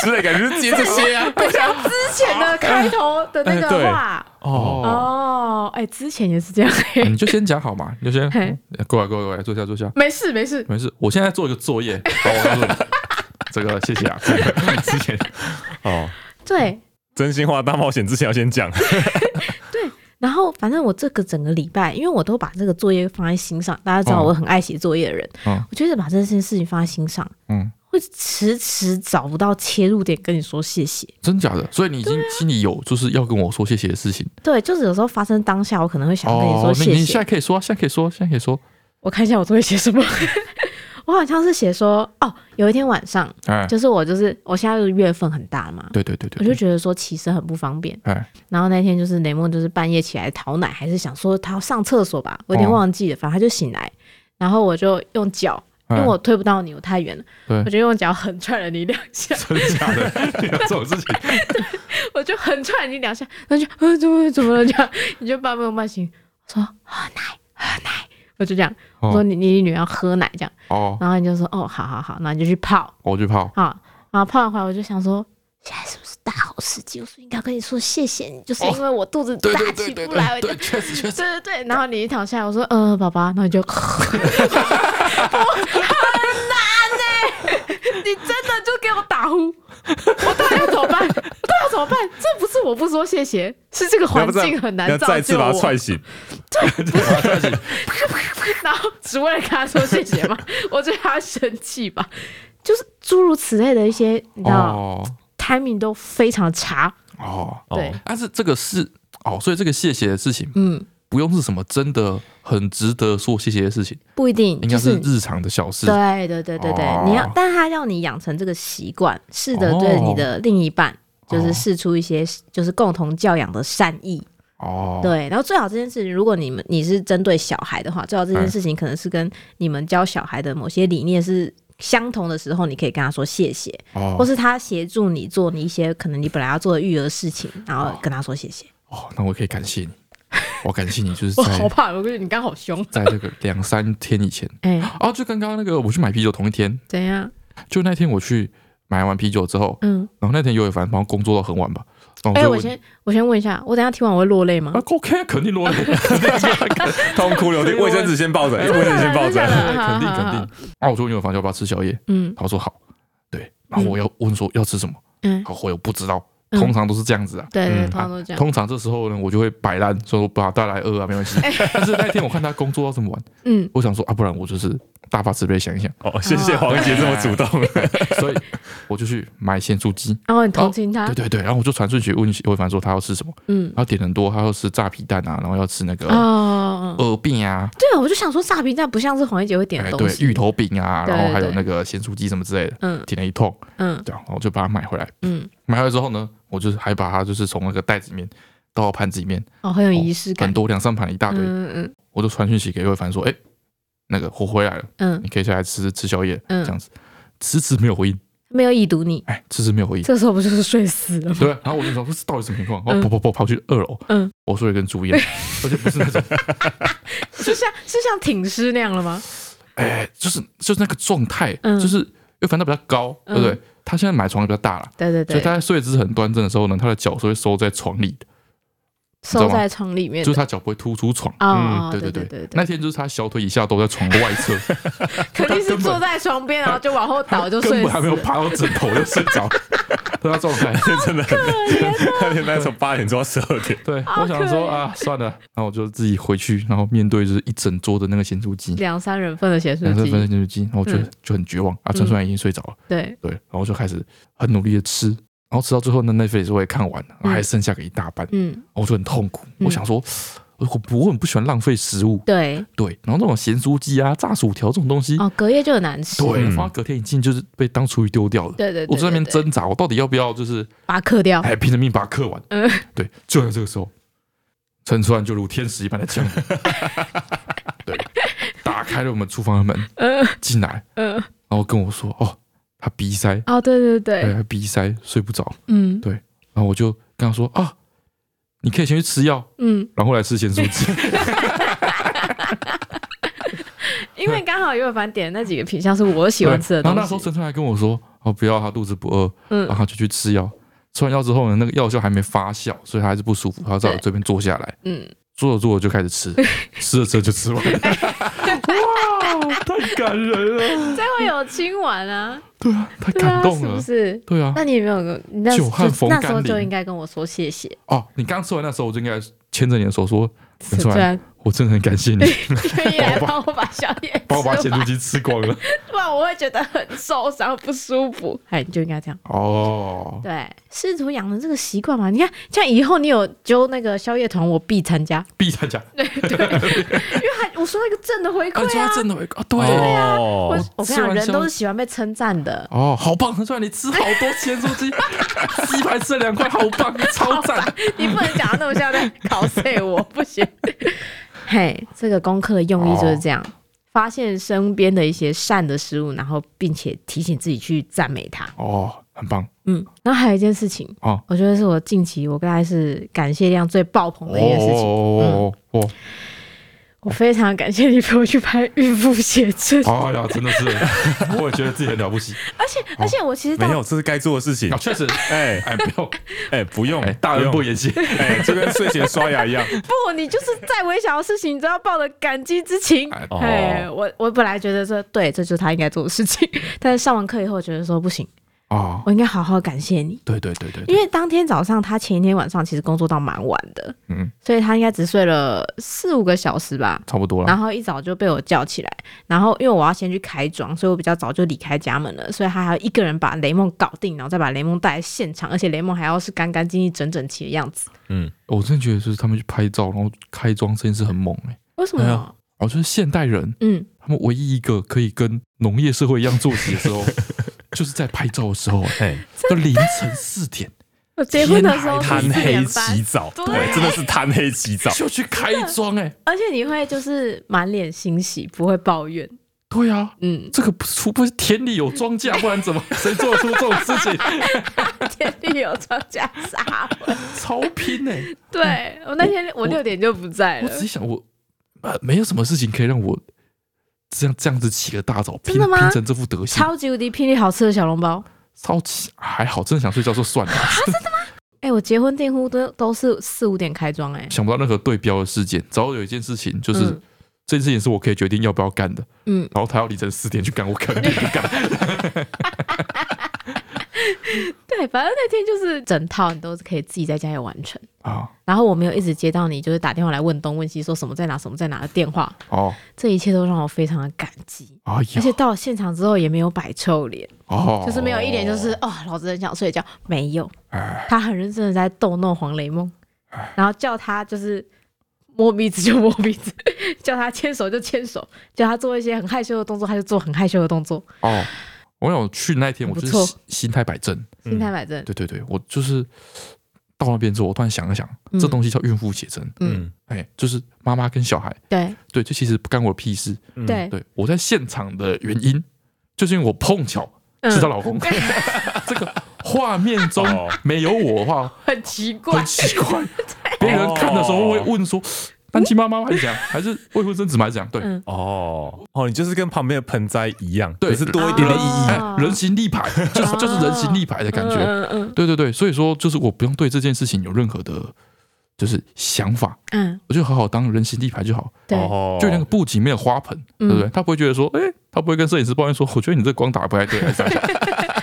C: 之类感觉就接这些啊。
D: 我想之前的开头的那个
C: 哎对
D: 话，
B: 哦。
D: 哦，哎，之前也是这样，
B: 哎你就先讲好嘛，你就先嗯
D: 嘿
B: 过来，过来，过来，坐下，坐下，
D: 没事没事，
B: 没事。我现在做一个作业，好我告诉你，这个谢谢啊，这个之前
C: 哦，
D: 对
C: 真心话大冒险之前要先讲，
D: 对。然后反正我这个整个礼拜，因为我都把这个作业放在心上，大家知道我很爱写作业的人，
B: 嗯
D: 我就是把这件事情放在心上，
B: 嗯，
D: 会迟迟找不到切入点跟你说谢谢。
B: 真假的，所以你已经
D: 啊
B: 心里有就是要跟我说谢谢的事情
D: 对，就是有时候发生当下，我可能会想跟你说
B: 哦。你
D: 谢
B: 你
D: 谢
B: 现。在可以说啊，现在可以说，现在可以说，
D: 我看一下我作业写什么。我好像是写说，哦，有一天晚上，
B: 哎，
D: 就是我就是我现在就是月份很大嘛，
B: 对对对对，
D: 我就
B: 对
D: 觉得说起身很不方便。
B: 哎，
D: 然后那天就是雷梦就是半夜起来讨奶，还是想说他要上厕所吧，我有点忘记了，反正他就醒来，然后我就用脚，因
B: 哎
D: 为我推不到你，我太远了，
B: 对
D: 我就用脚狠踹了你两下，
B: 真假的有这种事情，
D: 我就狠踹了你两下，然后就呃怎么怎么了这样， 你就把我骂醒，我说喝奶喝奶，我就这样，我说
B: 哦
D: 你你女儿要喝奶这样。
B: 哦，
D: 然后你就说哦，好好好，那你就去泡
B: 我去泡，
D: 啊。然后泡完回来，我就想说，现在是不是大好时机？我是不是应该跟你说谢谢你，就是因为我肚子大起不来，我就哦对
B: 确实确实，
D: 对对。然后你一躺下来，我说呃，宝宝，那你就 不很难呢、欸 你真的就给我打呼，我到底要怎么办？我 到底要怎么办？这不是我不说谢谢，是这个环
C: 要不然
D: 境很
C: 要
D: 难造
C: 再次
D: 就我。
C: 把他踹 醒。
D: 然后只为了跟他说谢谢吗？我觉得他生气吧。就是诸如此类的一些，你知道、
B: 哦
D: timing 都非常差。
B: 哦，
D: 对
C: 哦，
B: 但是这个是哦，所以这个谢谢的事情
D: 嗯，
B: 不用是什么真的很值得说谢谢的事情，
D: 不一定，
B: 应
D: 就
B: 该是
D: 是
B: 日常的小事。
D: 对对对对对，
B: 哦
D: 你要，但他要你养成这个习惯，试着对你的另一半，就是试出一些就是共同教养的善意。
B: 哦，
D: 对，然后最好这件事情，如果你们你是针对小孩的话，最好这件
B: 嗯
D: 事情可能是跟你们教小孩的某些理念是相同的时候，你可以跟他说谢谢，
B: 哦，
D: 或是他协助你做你一些可能你本来要做的育儿事情，然后跟他说谢 谢。
B: 哦，那我可以感 谢你，我感谢你，就是
D: 我好
B: 在
D: 怕，我觉得你刚好凶。
B: 在这个两三天以前，
D: 哎、
B: 哦，就跟刚刚那个我去买啤酒同一天，
D: 怎样？
B: 就那天我去买完啤酒之后，
D: 嗯，
B: 然后那天尤伟凡好像工作到很晚吧，然后
D: 哎、
B: 就
D: 我
B: 问
D: 先我先问一下，我等一下听完我会落泪吗
B: 啊？，OK，肯定落泪，
C: 痛哭流涕，卫生纸先抱着，哎卫生纸先抱
D: 真的
C: 着，
B: 肯定
D: 好好
B: 肯
D: 好
B: 定。啊，我说尤伟凡要不要吃宵夜？
D: 嗯
B: 他说好，对，然后我要问说要吃什么，
D: 嗯，
B: 他说我不知道，
D: 嗯
B: 通常都是这样子啊。
D: 对对，
C: 嗯
D: 通常都这样。
B: 通常这时候呢，我就会摆烂，说不啊，带来饿啊，没关
D: 哎
B: 系。但是那天我看他工作到这么晚，
D: 嗯，
B: 我想说啊，不然我就是大发慈悲想一 想，
C: 哦，谢谢黄姐这么主动，
B: 所以我就去买咸酥鸡。
D: 然后你同情他
B: 哦对，对对，然后我就传顺序问尤伟凡说他要吃什么，
D: 嗯，
B: 他点很多，他要吃炸皮蛋啊，然后要吃那个
D: 哦，
B: 鹅饼啊，
D: 对，我就想说炸皮蛋不像是黄一姐会点
B: 哎
D: 的东
B: 对，
D: 西。
B: 芋头饼啊，
D: 对
B: 然后还有
D: 对
B: 那个咸酥鸡什么之类的，
D: 嗯
B: 点了一通，
D: 嗯
B: 对啊，然后就把它买回来。
D: 嗯，
B: 买回来之后呢，我就是还把它就是从那个袋子里面到盘子里面，
D: 哦，很有仪式感
B: 很。多两三盘一大堆，
D: 嗯嗯
B: 我就传讯息给尤伟凡说，哎，那个我回来了，
D: 嗯，
B: 你可以下来吃吃宵夜，
D: 嗯
B: 这样子，迟迟没有回应，
D: 没有已读你，
B: 哎，迟迟没有回应。
D: 这时候不就是睡死了吗？
B: 对，啊然后我就想说，这到底什么情况？然
D: 嗯
B: 后跑跑跑跑去二楼，
D: 嗯，
B: 我说有根 猪烟，而且不是那种，
D: 是像是像挺尸那样了吗？
B: 哎，就是就是那个状态，
D: 嗯
B: 就是因为反倒比较高，对
D: 嗯
B: 不对？他现在买床比较大了，
D: 对对
B: 所以他
D: 对，
B: 在睡姿很端正的时候呢，他的脚是会收在床里的，
D: 收在床里面
B: 就是
D: 的。
B: 他脚不会突出床。嗯
D: 哦，哦
B: 对
D: 对
B: 对
D: 对对，
B: 那天就是他小腿以下都在床的外侧，
D: 肯定是
B: 根本
D: 坐在床边，然后就往后倒就
B: 根
D: 睡
B: 本还
D: 死
B: 没有
D: 了。
B: 爬到枕头就睡 着，对他状态。
C: 真的很，那天那时候八点做到十二点，
B: 对，
D: 好
B: 我想说
D: 可怜
B: 啊，算了，然后我就自己回去，然后面对就是一整桌的那个咸猪鸡，
D: 两三人份的咸酥
B: 两三分的，
D: 鸡
B: 咸猪鸡，然后我就
D: 嗯
B: 就很绝望啊，陈
D: 嗯
B: 帅已经睡着了。
D: 对，
B: 对，然后就开始很努力的吃，然后吃到最后呢，Netflix 我也看完了，
D: 嗯
B: 还剩下个一大半，
D: 嗯，
B: 然后我就很痛苦。
D: 嗯
B: 我想说，我不我很不喜欢浪费食物，
D: 对，
B: 对，然后那种咸酥鸡啊、炸薯条这种东西，
D: 哦，隔夜就很难吃。
B: 对，
C: 嗯
B: 放到隔天一进就是被当厨余丢掉的。
D: 对对，对
B: 我在那边
D: 对对
B: 挣扎，我到底要不要就是
D: 把它嗑掉。
B: 哎拼了命把它嗑完？
D: 嗯
B: 对，就在这个时候，陈川就如天使一般的降 临，对，打开了我们厨房的门
D: 嗯
B: 进来，
D: 嗯，
B: 然后跟我说哦，他鼻塞，
D: 哦，对对对
B: 哎，，他鼻塞睡不着。
D: 嗯
B: 然后我就跟他说啊，你可以先去吃药，
D: 嗯，
B: 然后来吃咸酥鸡。
D: 因为刚好尤伟凡点的那几个品相是我 喜欢吃的
B: 对然后
D: 东
B: 那时候
D: 西。
B: 陈川还跟我说，哦，不要，他肚子不饿，
D: 嗯
B: 然后他就去吃药。吃完药之后呢，那个药效还没发酵，所以他还是不舒服，他在我这边坐下来，
D: 嗯，
B: 坐着坐着就开始吃，吃着吃着就吃完了。哇，太感人了！
D: 最后有亲完 啊，
B: 对啊，太
D: 对啊
B: 感，动
D: 是不
B: 了。
D: 是？
B: 对啊，
D: 那你有没有跟你那
B: 久旱逢
D: 就那时候
B: 甘霖
D: 就应该跟我说谢谢，
B: 哦，你刚吃完那时候，我就应该牵着你的手说，陈
D: 虽
B: 川，
D: 然
B: 我真的很感谢你，
D: 愿意来帮我把宵夜
B: 帮我把
D: 吃
B: 咸酥
D: 完，
B: 鸡吃光了。
D: 不然我会觉得很受伤不舒服。 哎，你就应该这样，
B: 哦，
D: 对，试图养成这个习惯嘛。你看，像以后你有揪那个宵夜团，我必参加。
B: 必参加，
D: 哎我说一个正的回
B: 啊，你
D: 馈
B: 说
D: 啊
B: 他，真的会啊，对
D: 我
C: 哦，
D: 我跟你
B: 吃
D: 讲，
B: 完
D: 人都
B: 宵
D: 是喜欢被称赞 的。
B: 哦，好棒！陈帅，你吃好多咸酥鸡，鸡排吃了两块，好棒，超赞！
D: 你不能讲到那么像在考碎我，不行。 嘿，这个功课的用意就是这
B: 哦
D: 样：发现身边的一些善的事物，然后并且提醒自己去赞美它。
B: 哦，很棒
D: 嗯，然后还有一件事情，
B: 哦
D: 我觉得是我近期我大概是感谢量最爆棚的一件事情。
B: 哦哦哦
D: 我非常感谢你陪我去拍孕妇写真，
B: 哦！哎呀，真的是，我也觉得自己很了不起
D: 而且而且我其实
C: 没
D: 到
C: 有，这是该做的事情
B: 啊，，确实，
C: 哎
B: 哎，不用，
C: 哎，不用
B: 哎，，大人不
C: 用，
B: 演戏，
C: 哎，就跟睡前刷牙一 样，
D: 不，你就是再微小的事情，你都要抱着感激之情。
B: 哎
C: 哦
D: 哎，我我本来觉得说对，这就是他应该做的事情，但是上完课以后，我觉得说不行，
B: 哦，
D: 我应该好好感谢你。
B: 对对对对，
D: 因为当天早上他前一天晚上其实工作到蛮晚的，
B: 嗯，
D: 所以他应该只睡了四五个小时吧。
B: 差不
C: 哦
B: 多
D: 然
B: 了。
D: 后一早就被我叫起来，然后因为我要先去开庄，所以我比较早就离开家门了，所以他还要一个人把雷梦搞定，然后再把雷梦带来现场，而且雷梦还要是干干净净、整整齐的样子。
C: 嗯
B: 我真的觉得就是他们去拍照，然后开装这件事很猛哎、
D: 为什
B: 哎
D: 么
B: 呀？哦，就是现代人
D: 嗯，
B: 他们唯一一个可以跟农业社会一样作息的时候， 就是在拍照的时候、哎
C: 哎，
B: 就凌晨四点
D: 我结婚的时候
C: 贪
D: 是四
C: 黑
D: 点半
C: 起，早，
D: 对
C: 对，真的是贪黑起早。
B: 就去开装哎、
D: 而且你会就是满脸欣喜，不会抱怨。
B: 对啊。
D: 嗯，
B: 这个不除不是田里有庄稼，不然 怎么谁做得出这种事情？
D: 天地有庄稼杀我。
B: 超拼哎、
D: 对我那天我六点就不在
B: 我
D: 了
B: 只，是想我，呃，没有什么事情可以让我这样这样子起个大早，拼
D: 真的吗
B: 拼成这副德行，
D: 超级无敌霹雳好吃的小笼包。
B: 超级还好，真的想睡觉就 算了，
D: 哎、我结婚订婚都都是四五点开庄哎、
B: 想不到任何对标的事件。只要有一件事情，就是、
D: 嗯
B: 这件事情是我可以决定要不要干的，
D: 嗯，
B: 然后他要凌晨四点去干，我肯定不干。
D: 对，反正那天就是整套你都是可以自己在家里完成。
B: 啊
D: 然后我没有一直接到你就是打电话来问东问西，说什么在哪什么在哪的电话，
B: 哦，
D: 这一切都让我非常的感激。
B: 哎呀，
D: 而且到了现场之后也没有摆臭脸，
B: 哦，
D: 就是没有一点就是哦，老子很想睡觉，没有
B: 哎，
D: 他很认真的在逗弄黄雷梦，然后叫他就是摸鼻子就摸鼻子， 叫他牵手就牵手，叫他做一些很害羞的动作，他就做很害羞的动作，
B: 哦。我想去那一天，我
D: 不
B: 就是
D: 错
B: 心心态摆正。
D: 心态摆正。
B: 对对对，我就是到那边之后，我突然想了想，
D: 嗯
B: 这东西叫孕妇写真，
D: 嗯
C: 嗯，
B: 哎，就是妈妈跟小孩，
D: 对
B: 对，这其实不干我的屁事。
C: 嗯，
D: 对，
B: 对我在现场的原因，就是因为我碰巧
D: 嗯
B: 是她老 公。这个画面中
C: 哦
B: 没有我的话，
D: 很奇怪
B: 很，奇怪。 别人看的时候会问
C: 哦
B: 说：“单亲妈妈还是怎样？还是未婚生子吗？”还是怎样？对
D: 嗯
C: 哦哦，你就是跟旁边的盆栽一样，
B: 对
C: 只是多一点点意义。
B: 哎，人形立牌，就是就是人形立牌的感觉。
D: 哦嗯嗯
B: 对对对，所以说就是我不用对这件事情有任何的，就是想法，
D: 嗯，
B: 我就好好当人形立牌就好。
D: 对，
C: 哦
B: 就那个布景没有花盆，
D: 嗯
B: 对不对？他不会觉得说，哎、他不会跟摄影师抱怨说，我 觉得你这光打不太对， 还是怎样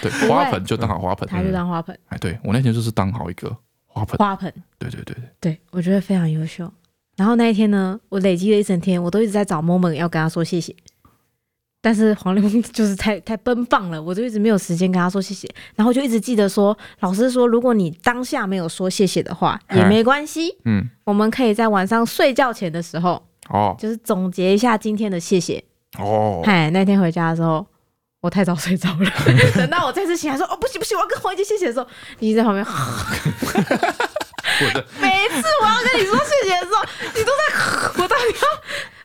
B: 对，花盆就当好花盆。
D: 他就当花盆，
B: 哎，对我那天就是当好一个花盆，
D: 花盆，
B: 对对对对，
D: 对我觉得非常优秀。然后那一天呢，我累积了一整天，我都一直在找 moment 要跟他说谢谢，但是黄立峰 就是太太奔放了，我就一直没有时间跟他说谢谢。然后我就一直记得说，老师说，如果你当下没有说谢谢的话，也
B: 哎
D: 没关系，
B: 嗯，
D: 我们可以在晚上睡觉前的时候，
B: 哦
D: 就是总结一下今天的谢谢。
B: 哦，
D: 嗨，那天回家的时候，我太早睡着了。等到我再次醒来说：“哦，不行不行，我要跟黄一杰谢谢。”的时候，你已经在旁边。
B: 我的
D: 每一次我要跟你说谢谢的时候，你都在，我 到底要，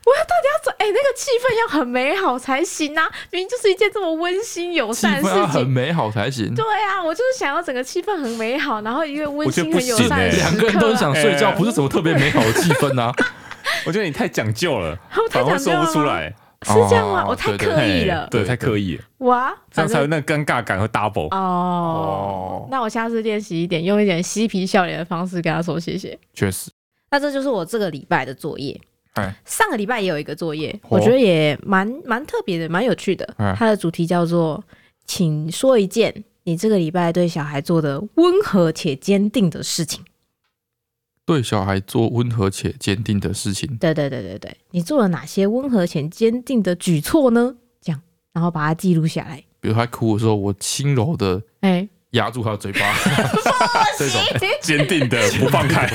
D: 我要到底要怎？哎、那个气氛要很美好才行啊！明明就是一件这么温馨友
B: 气
D: 善的
B: 氛要
D: 事
B: 很
D: 情。
B: 美好才行。
D: 对啊，我就是想要整个气氛很美好，然后一个温
C: 我觉
D: 馨
C: 得不
D: 很友善
C: 行欸
D: 的时
B: 两个人
D: 刻
B: 都很
D: 啊
B: 想睡觉，不是什么特别美好的气氛啊。
C: 我觉得你太讲究了，
D: 他们太
C: 反而
D: 讲
C: 会
D: 究
C: 说不出
D: 了吗？
C: 来，
D: 是这样吗？
B: 哦
D: 我太
B: 对对
D: 刻意了
C: 哎，对，
B: 对
C: 太刻意了，
D: 哇！
C: 这
D: 反
C: 样才
D: 正
C: 有那个尴尬感和 double。
D: 哦
B: 哦，
D: 那我下次练习一点，用一点嬉皮笑脸的方式跟他说谢谢。
B: 确实，
D: 那这就是我这个礼拜的作业
B: 哎。
D: 上个礼拜也有一个作业，
B: 哦
D: 我觉得也蛮蛮特别的，蛮有趣的
B: 哎。
D: 它的主题叫做“请说一件你这个礼拜对小孩做的温和且坚定的事情
B: 对小孩做温和且坚定的事”。情，
D: 对对对对对，你做了哪些温和且坚定的举措呢？这样，然后把它记录下来。
B: 比如他哭的时候，我轻柔的
D: 哎，
B: 压住他的嘴 巴，这种哎
C: 坚定的不 放开，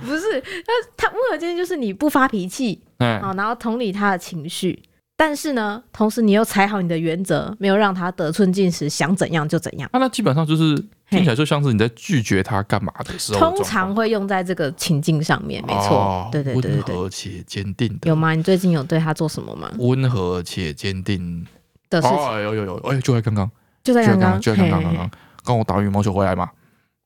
D: 不是，他他温和坚定就是你不发脾气，
B: 哎
D: 好，然后同理他的情绪，但是呢，同时你又踩好你的原则，没有让他得寸进尺，想怎样就怎样。
B: 啊那、那基本上就是
D: 嘿
B: 听起来就像是你在拒绝他干嘛的时候的状
D: 通
B: 况，
D: 常会用在这个情境上面，没错，
B: 哦
D: 对对对对
B: 温
D: 对，
B: 和且坚定的，
D: 有吗？你最近有对他做什么吗？
B: 温和且坚定
D: 的事情、
B: 哦，有有有，哎，就在刚刚，
D: 就在
B: 就在
D: 刚
B: 刚刚，
D: 刚，
B: 就在刚刚，
D: 嘿
B: 刚刚，刚我打完羽毛球回来嘛，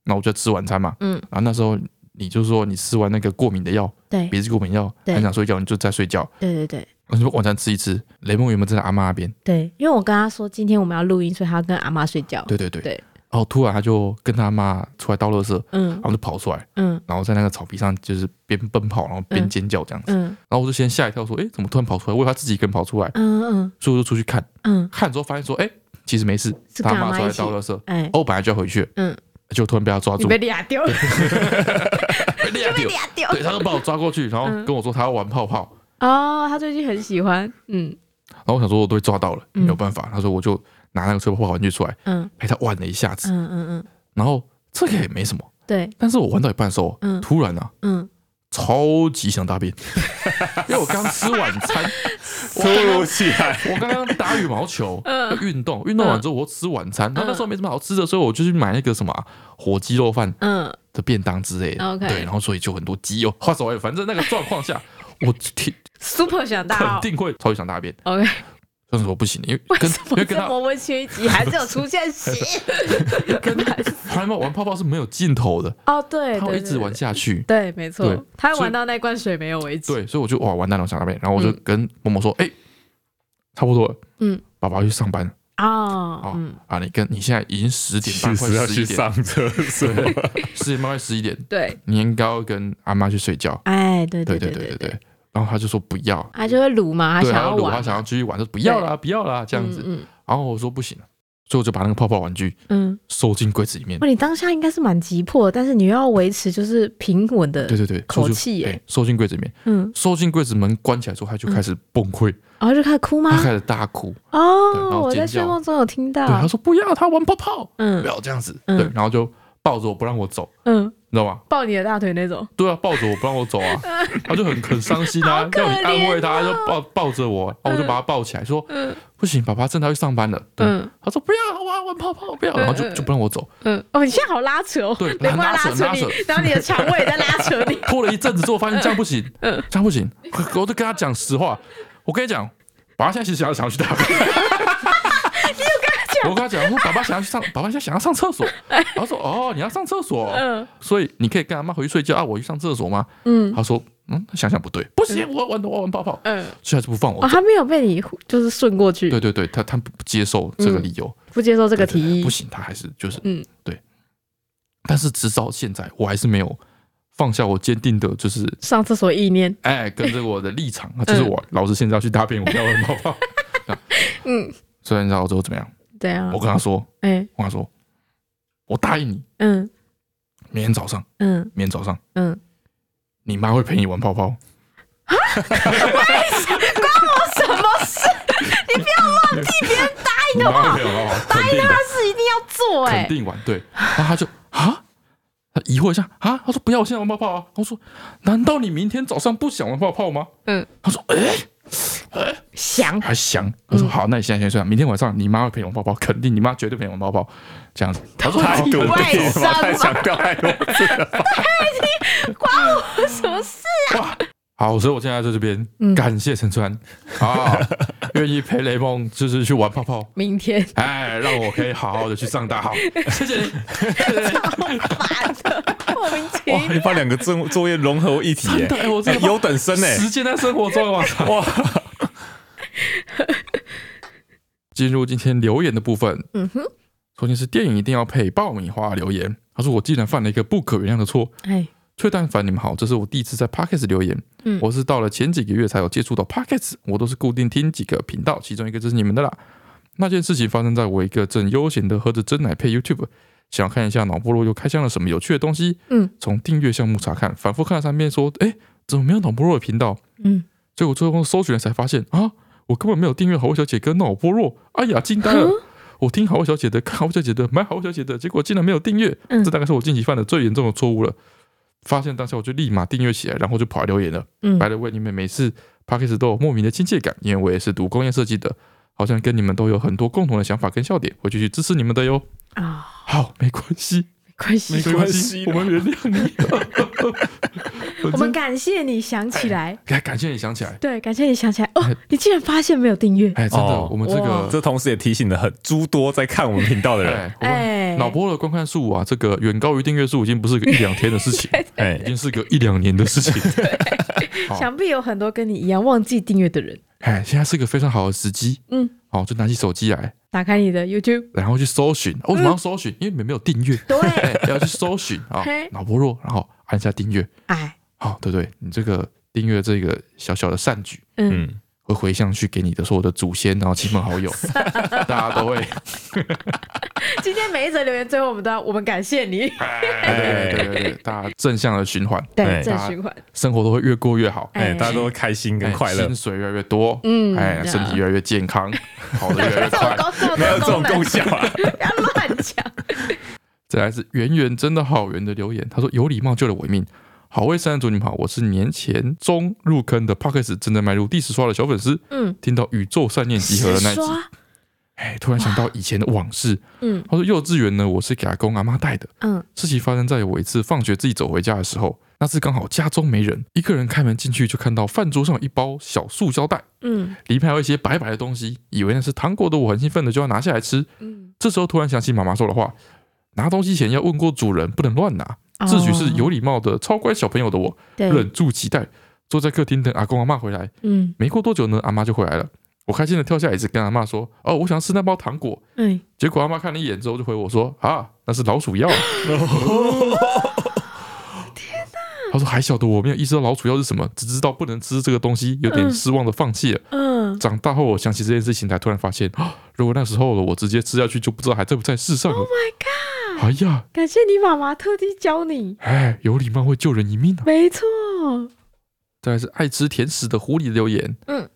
B: 那我就吃晚餐嘛，
D: 嗯，
B: 然后那时候你就说你吃完那个过敏的药，
D: 对
B: 鼻子过敏药，
D: 对
B: 很想睡觉，你就在睡觉，
D: 对对对
B: 我说晚餐吃一吃，雷梦原本站在阿妈那边，
D: 对，因为我跟他说今天我们要录音，所以他要跟阿妈睡觉。
B: 对对对，
D: 对
B: 然后突然他就跟他妈出来倒垃圾，
D: 嗯
B: 然后就跑出来，
D: 嗯
B: 然后在那个草皮上就是边奔跑，然后边
D: 嗯
B: 尖叫这样子，
D: 嗯
B: 然后我就先吓一跳，说，哎，怎么突然跑出来？我以为他自己一个人跑出来，
D: 嗯嗯
B: 所以我就出去看。
D: 嗯
B: 看之后发现说，哎、其实没事，
D: 是
B: 他
D: 跟阿
B: 妈
D: 妈
B: 出来
D: 一起
B: 倒垃圾，哦，
D: 哎，
B: 我本来就要回去，
D: 嗯，
B: 就突然被他抓
D: 你
B: 住，
D: 被俩丢了，
B: 被
A: 就
B: 俩
A: 被
B: 丢，
A: 俩丢。
B: 对，他就把我抓过去，然后
D: 嗯
B: 跟我说他要玩泡泡，
D: 哦，他最近很喜欢，嗯
B: 然后我想说我都被抓到了，
D: 嗯
B: 没有办法，他说我就拿那个吹泡泡玩具出来
D: 嗯
B: 陪他玩了一下子，
D: 嗯嗯嗯，
B: 然后这个也没什么，
D: 对，
B: 但是我玩到一半的时候，
D: 嗯
B: 突然啊，
D: 嗯，
B: 超级想大便， 因为我刚吃晚 餐，
C: 突如其来，
B: 我刚刚打羽毛球，
D: 嗯
B: 要运动，运动完之后我吃晚餐，然后那时候没什么好吃的，所以我就去买那个什么啊火鸡肉饭
D: 嗯，
B: 的便当之类的。
D: OK
B: 对，然后所以就很多鸡 肉，话说回来，反正那个状况 下，我挺
D: super 想
B: 肯
D: 到
B: 定会超级想大便，
D: ，OK，
B: 但是我不行，因为
D: 为
B: 跟
D: 什
B: 因
D: 么
B: 为跟
D: 这
B: 他
D: 么温馨一集还是有出 现血？
B: 跟他们玩泡泡是没有尽头的，
D: 哦，对，
B: 他
D: 对
B: 会一直玩，下去。
D: 对对，没错
B: 对，
D: 他
B: 所以
D: 玩到那罐水没有为止，
B: 对，所以我就哇完蛋了，我想大便，然后我就
D: 嗯
B: 跟某某说，哎，差不多了，
D: 嗯，
B: 爸爸要去上班
D: 哦，
B: 啊
D: 嗯，
B: 啊，你跟你现在已经十点
C: 其
B: 半，快
C: 实要
B: 十
C: 去
B: 一点，
C: 上厕 所，
B: 十点半快十一点，
D: 对，
B: 你应该要跟阿妈去睡觉。
D: 哎，对
B: 对
D: 对
B: 对
D: 对
B: 对。然后他就说不要，
D: 他就会撸嘛，
B: 对，
D: 想
B: 他
D: 要
B: 就裸他
D: 玩，啊
B: 想要继续玩，就不要啦，不要啦这样子。
D: 嗯
B: 然后我说不行，所以我就把那个泡泡玩具
D: 嗯。嗯
B: 收进柜子里面。
D: 哇，你当下应该是蛮急迫的，但是你又要维持就是平稳的，
B: 对对对，
D: 口
B: 收进
D: 气耶
B: 对收进柜子里面，
D: 嗯，
B: 收进柜子门关起来之后，他就开始崩溃，
D: 然后就开始哭吗？
B: 他开始大哭。对然
D: 哦，
B: 后
D: 我在
B: 尖叫
D: 睡梦中有听
B: 对，他
D: 到，
B: 说不要，他玩泡泡，不
D: 啊嗯
B: 要这样子。
D: 嗯
B: 对，然后就抱着我不让我走，
D: 嗯，
B: 你知道吗？
D: 抱你的大腿那种，
B: 对啊，抱着我不让我走 啊，他就很很伤心啊
D: 好，可
B: 要你安慰他，
D: 怜
B: 就
D: 哦
B: 抱抱着我，啊然后我就把他抱起来说
D: 嗯
B: 不行，爸爸正他去上班了。对
D: 嗯
B: 他说不要，我要玩泡泡，不要，
D: 嗯
B: 然后就
D: 嗯
B: 就不让我走，
D: 嗯，哦，你现在好拉扯哦，
B: 对
D: 你怪
B: 拉扯
D: 扯
B: 拉
D: 你
B: 扯，，
D: 然后你的肠胃在拉扯你
B: 拖了一阵子之后，发现这样不行，
D: 嗯
B: 这样不行，我我就跟他讲实话，我跟你讲，爸爸现在其实想要想要去 大便。我跟他讲，我说爸爸想要去上，爸爸现在想要上厕所。然后说哦，你要上厕所，
D: 哎嗯
B: 所以你可以跟阿妈回去睡觉啊，我去上厕所吗？
D: 嗯
B: 他说嗯，想想不对，不行，我要玩我要玩泡泡，
D: 嗯，
B: 所以还是不放我走。
D: 哦，他没有被你就是顺过去，
B: 对对对，他他不接受这个理由，
D: 不接嗯受这个
B: 对对
D: 提
B: 对
D: 议
B: 不，行，他还是就是
D: 嗯
B: 对。但是直到现在，我还是没有放下我坚定的，就是
D: 上厕所意念，
B: 哎，跟着我的立场，那就是我老子现在要去大便，我不要玩泡 泡。
D: 嗯，
B: 所以啊你知道我最后怎么样？
D: 对啊
B: 我，跟他说，
D: 哎，
B: 我跟他说，我答应你，
D: 嗯
B: 明天早上，
D: 嗯
B: 明天早上，
D: 嗯，
B: 你妈会陪你玩泡泡。
D: 啊
B: 你妈会陪我玩泡泡，
D: 什么事？
B: 肯定的，
D: 是一定要做
B: 肯
D: 哎，
B: 定玩。对，然后他就啊，他疑惑一下啊，他说不要，我现在玩泡泡啊。我说，难道你明天早上不想玩泡泡吗？
D: 嗯，
B: 他说，哎、
D: 想，
B: 还想，我说好，那你现在先睡啊，明天晚上你妈会陪你玩泡泡，肯定你妈绝对陪你玩泡泡，这样子。他说
C: 太
B: 好
C: 堵
D: 外
C: 地
D: 伤
C: 了，
D: 吧
C: 太想掉太多次了。
D: 什么事？
B: 哇，好，所以我现在在这边、
D: 嗯
B: 感谢陈川啊，愿意陪雷梦就是去玩泡泡，
D: 明天
B: 哎，让我可以好好的去上大 号，谢谢你。
D: 烦的，莫名其
C: 哇，你把两个作作业融合为一体耶
B: 真的，哎，我
C: 哎
B: 真的
C: 优等生哎，
B: 实践在生活中，啊 我操！
C: 哇，
B: 进入今天留言的部分，
D: 嗯哼，
B: 首先是电影一定要配爆米花留言，他说我竟然犯了一个不可原谅的错。
D: 哎，
B: 崔但凡，你们好，这是我第一次在 Pockets 留言，
D: 嗯
B: 我是到了前几个月才有接触到 Pockets，我都是固定听几个频道，其中一个就是你们的啦。那件事情发生在我一个正悠闲的喝着真奶配 YouTube，想看一下脑波弱又开箱了什么有趣的东西。
D: 嗯，
B: 从订阅项目查看，反复看了三遍，说，哎，怎么没有脑波弱的频道？
D: 嗯，
B: 结果最后搜寻了才发现啊，我根本没有订阅好味小姐跟脑波弱，哎呀，惊呆
D: 啊
B: 了。我听好味小姐的，看好味小姐的，买好味小姐的，结果竟然没有订阅，
D: 嗯
B: 这大概是我近期犯的最严重的错误了。发现当下我就立马订阅起来，然后就跑来留言了。
D: 嗯
B: 白了为你们每次 p a c k a g e 都有莫名的亲切感，因为我也是读工业设计的，好像跟你们都有很多共同的想法跟笑点，会继续支持你们的哟。
D: 啊，
B: 好，没关系，
D: 没关系
B: 没，
C: 关
B: 关
C: 系
B: 系，我们原谅你。
D: 我们感谢你想起来，
B: 感感谢你想起来，
D: 对，感谢你想起来哦
B: 哎，
D: 你竟然发现没有订阅，
B: 哎，真的，
C: 哦
B: 我们这
D: 哇
B: 个
C: 这同时也提醒了很诸多在看我们频道的人，
B: 哎，我们
D: 哎，
B: 脑波的观看数啊，这个远高于订阅数已经不是个一两天的事情，
C: 哎
B: 已，经是个一两年的事情。好
D: 想必有很多跟你一样忘记订阅的人，
B: 哎，现在是个非常好的时机，
D: 嗯，
B: 好、就拿起手机来，
D: 打开你的 YouTube，
B: 然后去搜寻。哦为什么要搜寻？因为你们没有订阅，
D: 对，
B: 哎，要去搜寻啊
D: 嘿，
B: 脑波弱，然后按下订阅，
D: 哎，
B: 好、对不对？你这个订阅这个小小的善举，
D: 嗯
C: 嗯，
B: 会回向去给你的所有的祖先，然后亲朋好友，大家都会，
D: 今天每一则留言最后我们都要，我们感谢你，
B: 对对对对，大家正向的循环，
D: 对
C: 哎
D: 正循环，
B: 生活都会越过越好，
C: 哎，
D: 哎
C: 大家都快心跟
B: 哎
C: 快乐
B: 薪，水越来越多，
D: 嗯
B: 哎，
D: 对啊
B: 身体越来越健康，跑得越来越
D: 这么
B: 快。
D: 高，这 么
C: 没有这
D: 多
C: 种
D: 功能
C: 功，效啊。
D: 不要乱讲。
B: 再来是圆圆真的好圆的留言，他说有礼貌救了我一命。好位三人组，你们好，我是年前中入坑的 p o c k e t 正在迈入第十刷的小粉丝。
D: 嗯，
B: 听到宇宙善念集合的 那一集，
D: 刷
B: 哎，突然想到以前的往事。
D: 嗯
B: 他说幼稚园呢，我是给阿公阿妈带的。
D: 嗯，
B: 事情发生在我一次放学自己走回家的时候，那次刚好家中没人，一个人开门进去就看到饭桌上有一包小塑胶袋，
D: 嗯
B: 里面还有一些白白的东西，以为那是糖果的我很兴奋的就要拿下来吃。
D: 嗯，
B: 这时候突然想起妈妈说的话，拿东西前要问过主人，不能乱拿。自诩是
D: 哦
B: 有礼貌的超乖小朋友的我，
D: 对，
B: 忍住期待，坐在客厅等阿公阿妈回来。
D: 嗯
B: 没过多久呢，阿妈就回来了。我开心的跳下椅子跟阿妈说：“哦，我想吃那包糖果。”
D: 哎，
B: 结果阿妈看了一眼之后就回我说：“啊，那是老鼠药。”天
D: 哦
B: 哪！他说还小的我没有意识到老鼠药是什么，只知道不能吃这个东西，有点失望的放弃了。
D: 嗯，
B: 长大后我想起这件事情，才突然发现，啊如果那时候的我直接吃下去，就不知道还在不在世上了。Oh my god！哎呀，
D: 感谢你妈妈特地教你，
B: 哎，有礼貌会救人一命啊！
D: 没错，
B: 再来是爱吃甜食的狐狸留言，
D: 嗯，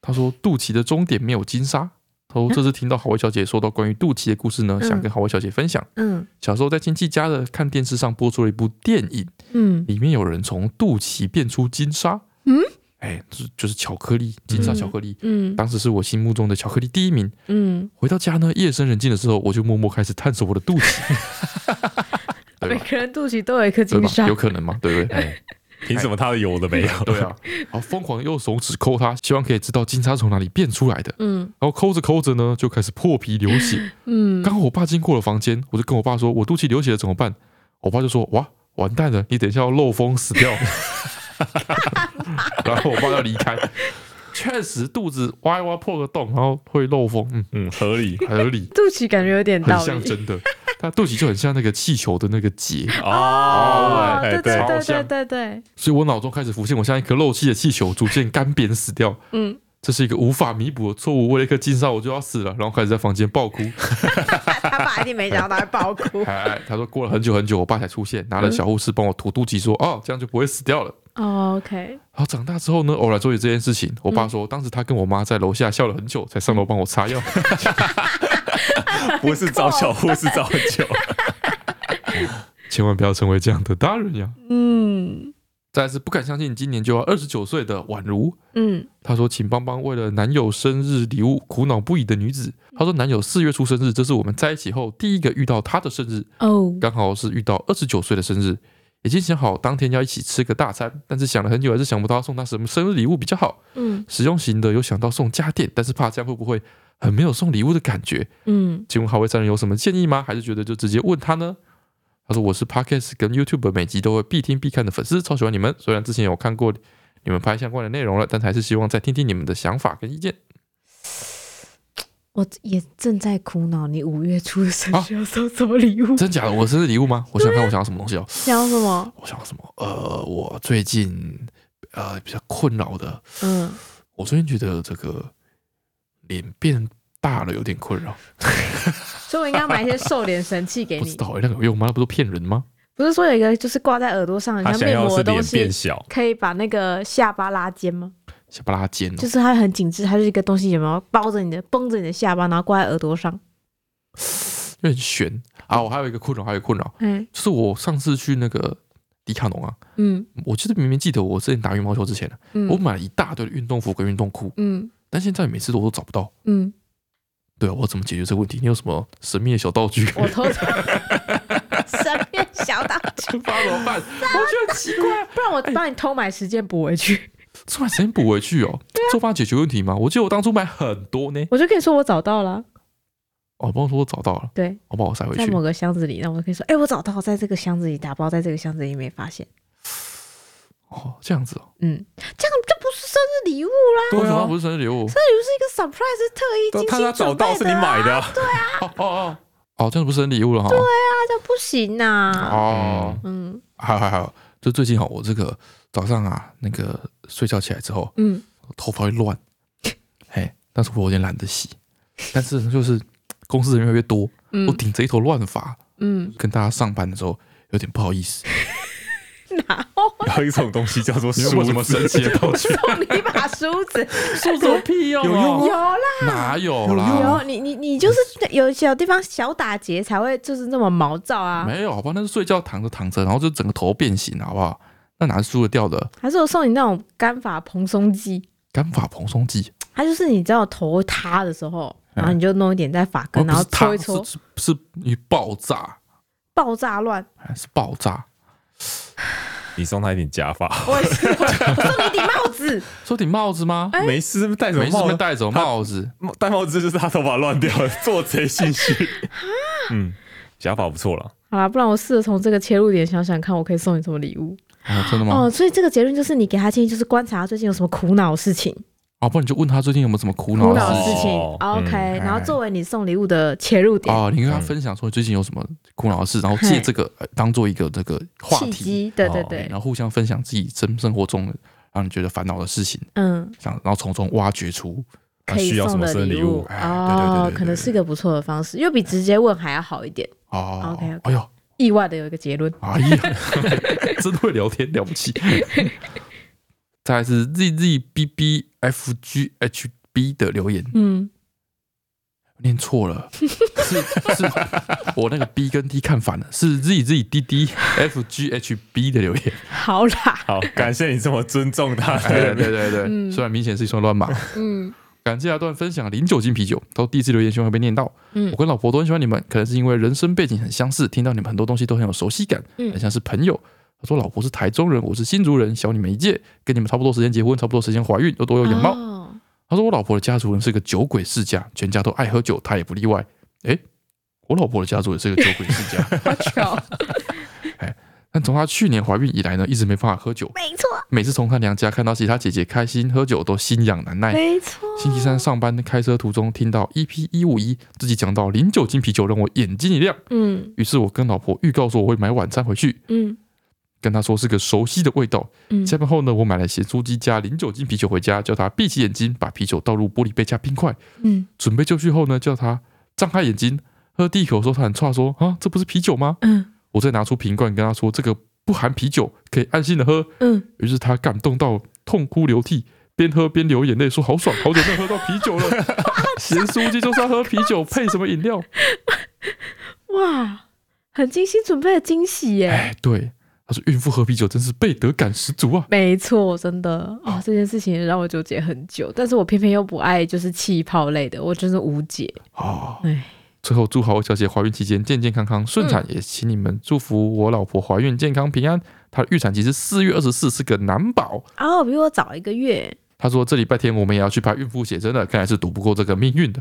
B: 他说肚脐的终点没有金沙。他说这次听到好味小姐说到关于肚脐的故事呢，
D: 嗯
B: 想跟好味小姐分享。
D: 嗯
B: 小时候在亲戚家的看电视上播出了一部电影，
D: 嗯
B: 里面有人从肚脐变出金沙。
D: 嗯，
B: 哎，就是就是巧克力，金沙巧克力。
D: 嗯
B: 当时是我心目中的巧克力第一名。
D: 嗯，
B: 回到家呢，夜深人静的时候，我就默默开始探索我的肚 脐，对吧
D: 每个人肚脐都有一颗
B: 对
D: 金
B: 吧？
D: 沙
B: 有，可能吗？ 对不对？
C: 哎， 凭什么他的有我的没有？
B: 对啊，然后疯狂用手指抠它，希望可以知道金沙从哪里变出来的。
D: 嗯
B: 然后抠着抠着呢，就开始破皮流血。
D: 嗯
B: 刚好我爸经过了房间，我就跟我爸说：“我肚脐流血了，怎么办？”我爸就说：“哇，完蛋了，你等一下要漏风死掉。” 然后我爸要离开。确实，肚子哇一哇破个洞，然后会漏风，嗯，
C: 嗯，合理
B: 合理，
D: 肚脐感觉有点
B: 很
D: 道
B: 像
D: 理。
B: 真的。他肚脐就很像那个气球的那个结，
C: 哦，哎
D: 对对
B: 超
D: 对对
B: 像
D: 对对，
B: 所以我脑中开始浮现，我像一颗漏气的气球，逐渐干瘪死掉。
D: 嗯，
B: 这是一个无法弥补的错误，为了一颗金沙我就要死了，然后开始在房间暴哭。
D: 啊他爸一定没想到他会爆哭
B: 哎哎，他说过了很久很久，我爸才出现，拿了小护士帮我涂肚脐，说哦，这样就不会死掉了。
D: 哦，OK，
B: 然后长大之后呢，偶然做起这件事情，我爸说，当时他跟我妈在楼下笑了很久，才上楼帮我擦药。
C: 不是找小护士找很 久，
B: 千万不要成为这样的大人呀！
D: 嗯
B: 再来是不敢相信，今年就要二十九岁的宛如，
D: 嗯
B: 她说，请帮帮为了男友生日礼物苦恼不已的女子。她说，男友四月初生日，这是我们在一起后第一个遇到她的生日，
D: 哦，
B: 刚好是遇到二十九岁的生日，已经想好当天要一起吃个大餐，但是想了很久，还是想不到送她什么生日礼物比较好。
D: 嗯
B: 实用型的有想到送家电，但是怕这样会不会很没有送礼物的感觉？
D: 嗯
B: 请问好位三人有什么建议吗？还是觉得就直接问他呢？他说我是 Podcast 跟 YouTube 每集都会必听必看的粉丝，超喜欢你们。虽然之前有看过你们拍相关的内容了，但还是希望再听听你们的想法跟意见。
D: 我也正在苦恼，你五月初的生
B: 啊
D: 日要送什么礼物？
B: 真假的？我生日礼物吗？我想看我想要什么东西哦。
D: 想要什么？
B: 我想要什么？呃，我最近呃比较困扰的，
D: 嗯，
B: 我最近觉得这个脸变大了有点困扰，
D: 所以我应该买一些瘦脸神器给
B: 不知
D: 哎你。
B: 道、欸、那个有用吗？那不都骗人吗？
D: 不是说有一个就是挂在耳朵上很
C: 他
D: 像
C: 想
D: 面
C: 要
D: 膜
C: 是
D: 的东
C: 脸
D: 西
C: 变，小，
D: 可以把那个下巴拉尖吗？
B: 下巴拉尖哦
D: 就。是它很紧致，它就是一个东西，有没有包着你的、绷着你的下巴，然后挂在耳朵上。
B: 有点悬啊！我还有一个困扰，还有一个困扰，
D: 嗯
B: 就是我上次去那个迪卡侬啊，
D: 嗯
B: 我记得明明记得我之前打羽毛球之前，啊我
D: 嗯
B: 买了一大堆的运动服跟运动裤，
D: 嗯
B: 但现在每次我都找不到。
D: 嗯，
B: 对啊，我怎么解决这个问题？你有什么神秘的小道具？
D: 我偷偷神变小道具，
B: 不知道怎么 办？我觉得很奇怪，
D: 不然我帮你偷买十件补回去。
B: 这把时间补回去哦，这有办法解决问题吗？我记得我当初买很多呢。
D: 我就可以说我找到了，啊
B: 哦，帮我说我找到了，
D: 对，
B: 我把我塞回
D: 在
B: 去。
D: 某个箱子里，然后我可以说，哎、我找到，在这个箱子里打包，在这个箱子里没发现。
B: 哦，这样子哦，
D: 嗯，这样就不是生日礼物啦，
B: 为什么不是生日礼物？
D: 这就是一个 surprise，是特意精
C: 他
D: 心
C: 他
D: 准
C: 找
D: 备
C: 到是你
D: 的啊
C: 买的啊，
B: 哦哦哦，哦，这样不是生日礼物了哈。对
D: 大家不行呐、
B: 哦，
D: 嗯
B: 还有还有还有，哦就最近哈，我这个早上啊，那个睡觉起来之后，
D: 嗯，
B: 头发会乱，但是我有点懒得洗。但是就是公司人越来越多，
D: 嗯
B: 我顶着一头乱发，
D: 嗯，
B: 跟大家上班的时候有点不好意思。
D: 然后
C: 有一种东西叫做
B: 你用过什么神奇的道具？
D: 送你一把梳子，
B: 有什屁用、
C: 有用
D: 有啦，
B: 哪有
D: 哦有
B: 哦啦？
D: 你你你就是有小地方小打结才会就是那么毛躁啊，
B: 没有，好吧，那是睡觉躺着躺着，然后就整个头变形，好不好？那哪是输得掉的？
D: 还是我送你那种干发蓬松剂，
B: 干发蓬松剂，
D: 它就是你知道头塌的时候，然后你就弄一点在发
B: 而
D: 根，啊然
B: 嗯哦不
D: 后
B: 是它
D: 搓一搓，
B: 是是是你爆炸，
D: 爆炸乱。
B: 哎是爆炸。
C: 你送他一顶假发，
D: 我也是，我送你一顶帽子，
B: 说顶帽子
D: 哎
B: 吗？
C: 没事，戴什么
B: 没事，
C: 帽
B: 会
C: 子？
B: 戴什么帽子？
C: 帽戴帽子就是他头发乱掉 了，做贼心 虚。
D: 啊
C: 嗯，假发不错了，
D: 好啦，不然我试着从这个切入点想想看，我可以送你什么礼物
B: 哦，真的吗？
D: 哦。所以这个结论就是，你给他建议就是观察他最近有什么苦恼事情，
B: 哦，不然你就问他最近有没有什么苦恼
D: 苦
B: 的
D: 恼
B: 事
D: 事
B: 情。
D: 情。
C: 哦
D: OK，
C: 嗯
D: 然后作为你送礼物的切入点、
B: 哦，你跟他
C: 嗯
B: 分享说你最近有什么苦恼的事，然后借
D: 嘿
B: 这个呃当做一个这个话
D: 契
B: 题，
D: 机，对对
C: 哦
D: 对，
B: 然后互相分享自己生生活中的让你觉得烦恼的事情，
D: 嗯，
B: 想然后从中挖掘出
C: 他
D: 可以
C: 需要什
D: 送
C: 么
D: 的
C: 生日礼
D: 物
C: 物？
B: 哎对对对对
D: 哦
B: 对，对
D: 可能是个不错的方式，又比直接问还要好一点。
B: 哦
D: OK，OK
B: 哎呦，
D: 意外的有一个结论，
B: 哎呀， 真会聊天，了不起。 再来是 Z Z B B F G H B 的留言，
D: 嗯，
B: 念错了， 是是，我那个 B 跟 D 看反了，是 Z Z D D F G H B 的留言。
D: 好啦，
C: 好，感谢你这么尊重 他。
B: 哎 对对对，
D: 嗯
B: 虽然明显是一串乱码。
D: 嗯
B: 感谢阿段分享零酒精啤酒，到第一次留言希望会被念到。
D: 嗯
B: 我跟老婆都很喜欢你们，可能是因为人生背景很相似，听到你们很多东西都很有熟悉感，
D: 嗯
B: 很像是朋友。他说老婆是台中人，我是新竹人，小你们一届，跟你们差不多时间结婚，差不多时间怀孕，又都有养猫。
D: 哦
B: 他说我老婆的家族人是个酒鬼世家，全家都爱喝酒，他也不例外。诶，我老婆的家族也是个酒鬼世家，
D: 好巧，
B: 但从她去年怀孕以来呢，一直没办法喝酒。
A: 没错，
B: 每次从她娘家看到其他姐姐开心喝酒，都心痒难耐。
D: 没错，
B: 星期三上班开车途中听到 EP 一五一自己讲到零酒精啤酒，让我眼睛一亮。
D: 嗯
B: 于是我跟老婆预告说我会买晚餐回去，
D: 嗯
B: 跟她说是个熟悉的味道。
D: 嗯，
B: 下班后呢，我买了咸酥鸡加零酒精啤酒回家，叫她闭起眼睛，把啤酒倒入玻璃杯加冰块，
D: 嗯
B: 准备就绪后呢，叫她张开眼睛喝第一口的时候，她很诧说啊，这不是啤酒吗？
D: 嗯
B: 我再拿出瓶罐跟她说这个不含啤酒，可以安心的喝。
D: 嗯，
B: 于是他感动到痛哭流涕，边喝边流眼泪，说：“好爽，好久没有喝到啤酒了。”咸酥鸡就是要喝啤酒配什么饮料？
D: 哇，很精心准备的惊喜耶！
B: 哎，对，他说孕妇喝啤酒真是背德感十足啊。
D: 没错，真的啊、哦，这件事情也让我纠结很久，但是我偏偏又不爱就是气泡类的，我真是无解。
B: 哦
D: 哎，
B: 最后祝好我小姐怀孕期间健健康康顺产，也请你们祝福我老婆怀孕健康平安。她的预产期是四月二十四，是个男宝。
D: 然后哦比我早一个月，
B: 她说这礼拜天我们也要去拍孕妇写真了，看来是躲不过这个命运的。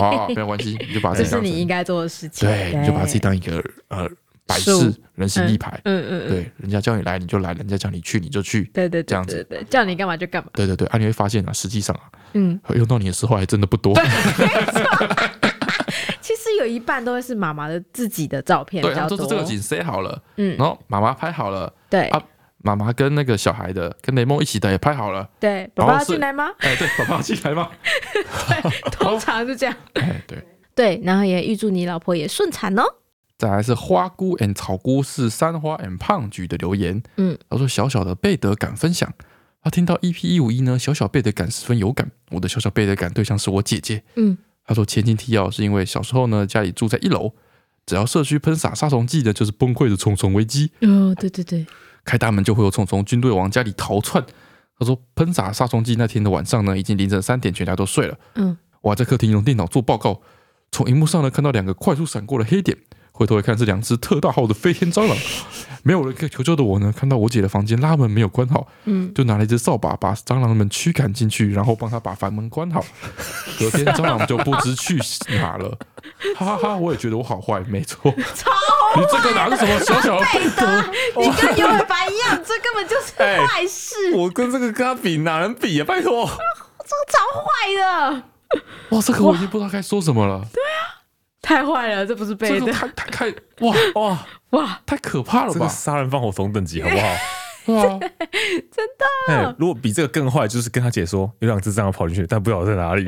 B: 啊、没有关系，你就把自
D: 这
B: 己
D: 是
B: 当
D: 你应
B: 成
D: 该做的事情。
B: 对，你就把自己当一个呃摆
D: 树
B: 饰人形立牌。
D: 嗯嗯嗯，
B: 对，人家叫你来你就来，人家叫你去你就去。
D: 对对
B: 这
D: 对
B: 样
D: 对
B: 子
D: 对，叫你干嘛就干嘛。
B: 对对对，啊，你会发现啊，实际上啊，
D: 嗯，
B: 用到你的时候还真的不多。
D: 其实有一半都会是妈妈的自己的照片
B: 对，
D: 比
B: 他
D: 较
B: 都
D: 多。
B: 是这个景塞好了，
D: 嗯
B: 然，后妈妈拍好了，
D: 对、
B: 啊妈妈跟那个小孩的，跟雷梦一起的也拍好了。
D: 对，爸
B: 然后
D: 爸要
B: 是
D: 进来 吗？
B: 哎，对，爸爸进来 吗？
D: 通常是这样。
B: 哎，对。
D: 对，然后也预祝你老婆也顺产哦。
B: 再来是花菇 and 草菇是三花 and 胖菊的留言，
D: 嗯，
B: 他说小小的贝德感分享，他听到 EP 一五一呢，小小贝德感十分有感，我的小小贝德感对象是我姐姐，
D: 嗯，
B: 他说前情提要是因为小时候呢家里住在一楼，只要社区喷洒杀虫剂的，就是崩溃的重重危机，
D: 哦，对对对，
B: 开大门就会有虫虫军队往家里逃窜。他说喷洒杀虫剂那天的晚上呢，已经凌晨三点，全家都睡了。
D: 嗯，
B: 我还在客厅用电脑做报告，从荧幕上呢看到两个快速闪过的黑点，回头一看是两只特大号的飞天蟑 螂。没有人可以求救的我呢，看到我姐的房间拉门没有关好，
D: 嗯，
B: 就拿了一只扫把把蟑螂们驱赶进去，然后帮她把房门关 好。隔天蟑螂就不知去哪了，哈哈哈！我也觉得我好坏，没错，
D: 超
B: 你这个哪是什么小小的 贝德？
D: 哎你跟牛尾巴一样，这根本就是
C: 哎
D: 坏事，
C: 我跟这个跟他比，哪能比啊？拜托，
D: 这超坏的，
B: 哇，这个我已经不知道该说什么了，
D: 太坏了，这不是背
B: 这个
D: 的
B: 太太太哇
C: 哇，
D: 哇！
B: 太可怕了
C: 这个
B: 吧！
C: 杀人放火同等级好不好？
B: 对啊，
C: 哎，如果比这个更坏，就是跟他姐说有两只蟑螂跑进去，但不知道在哪里。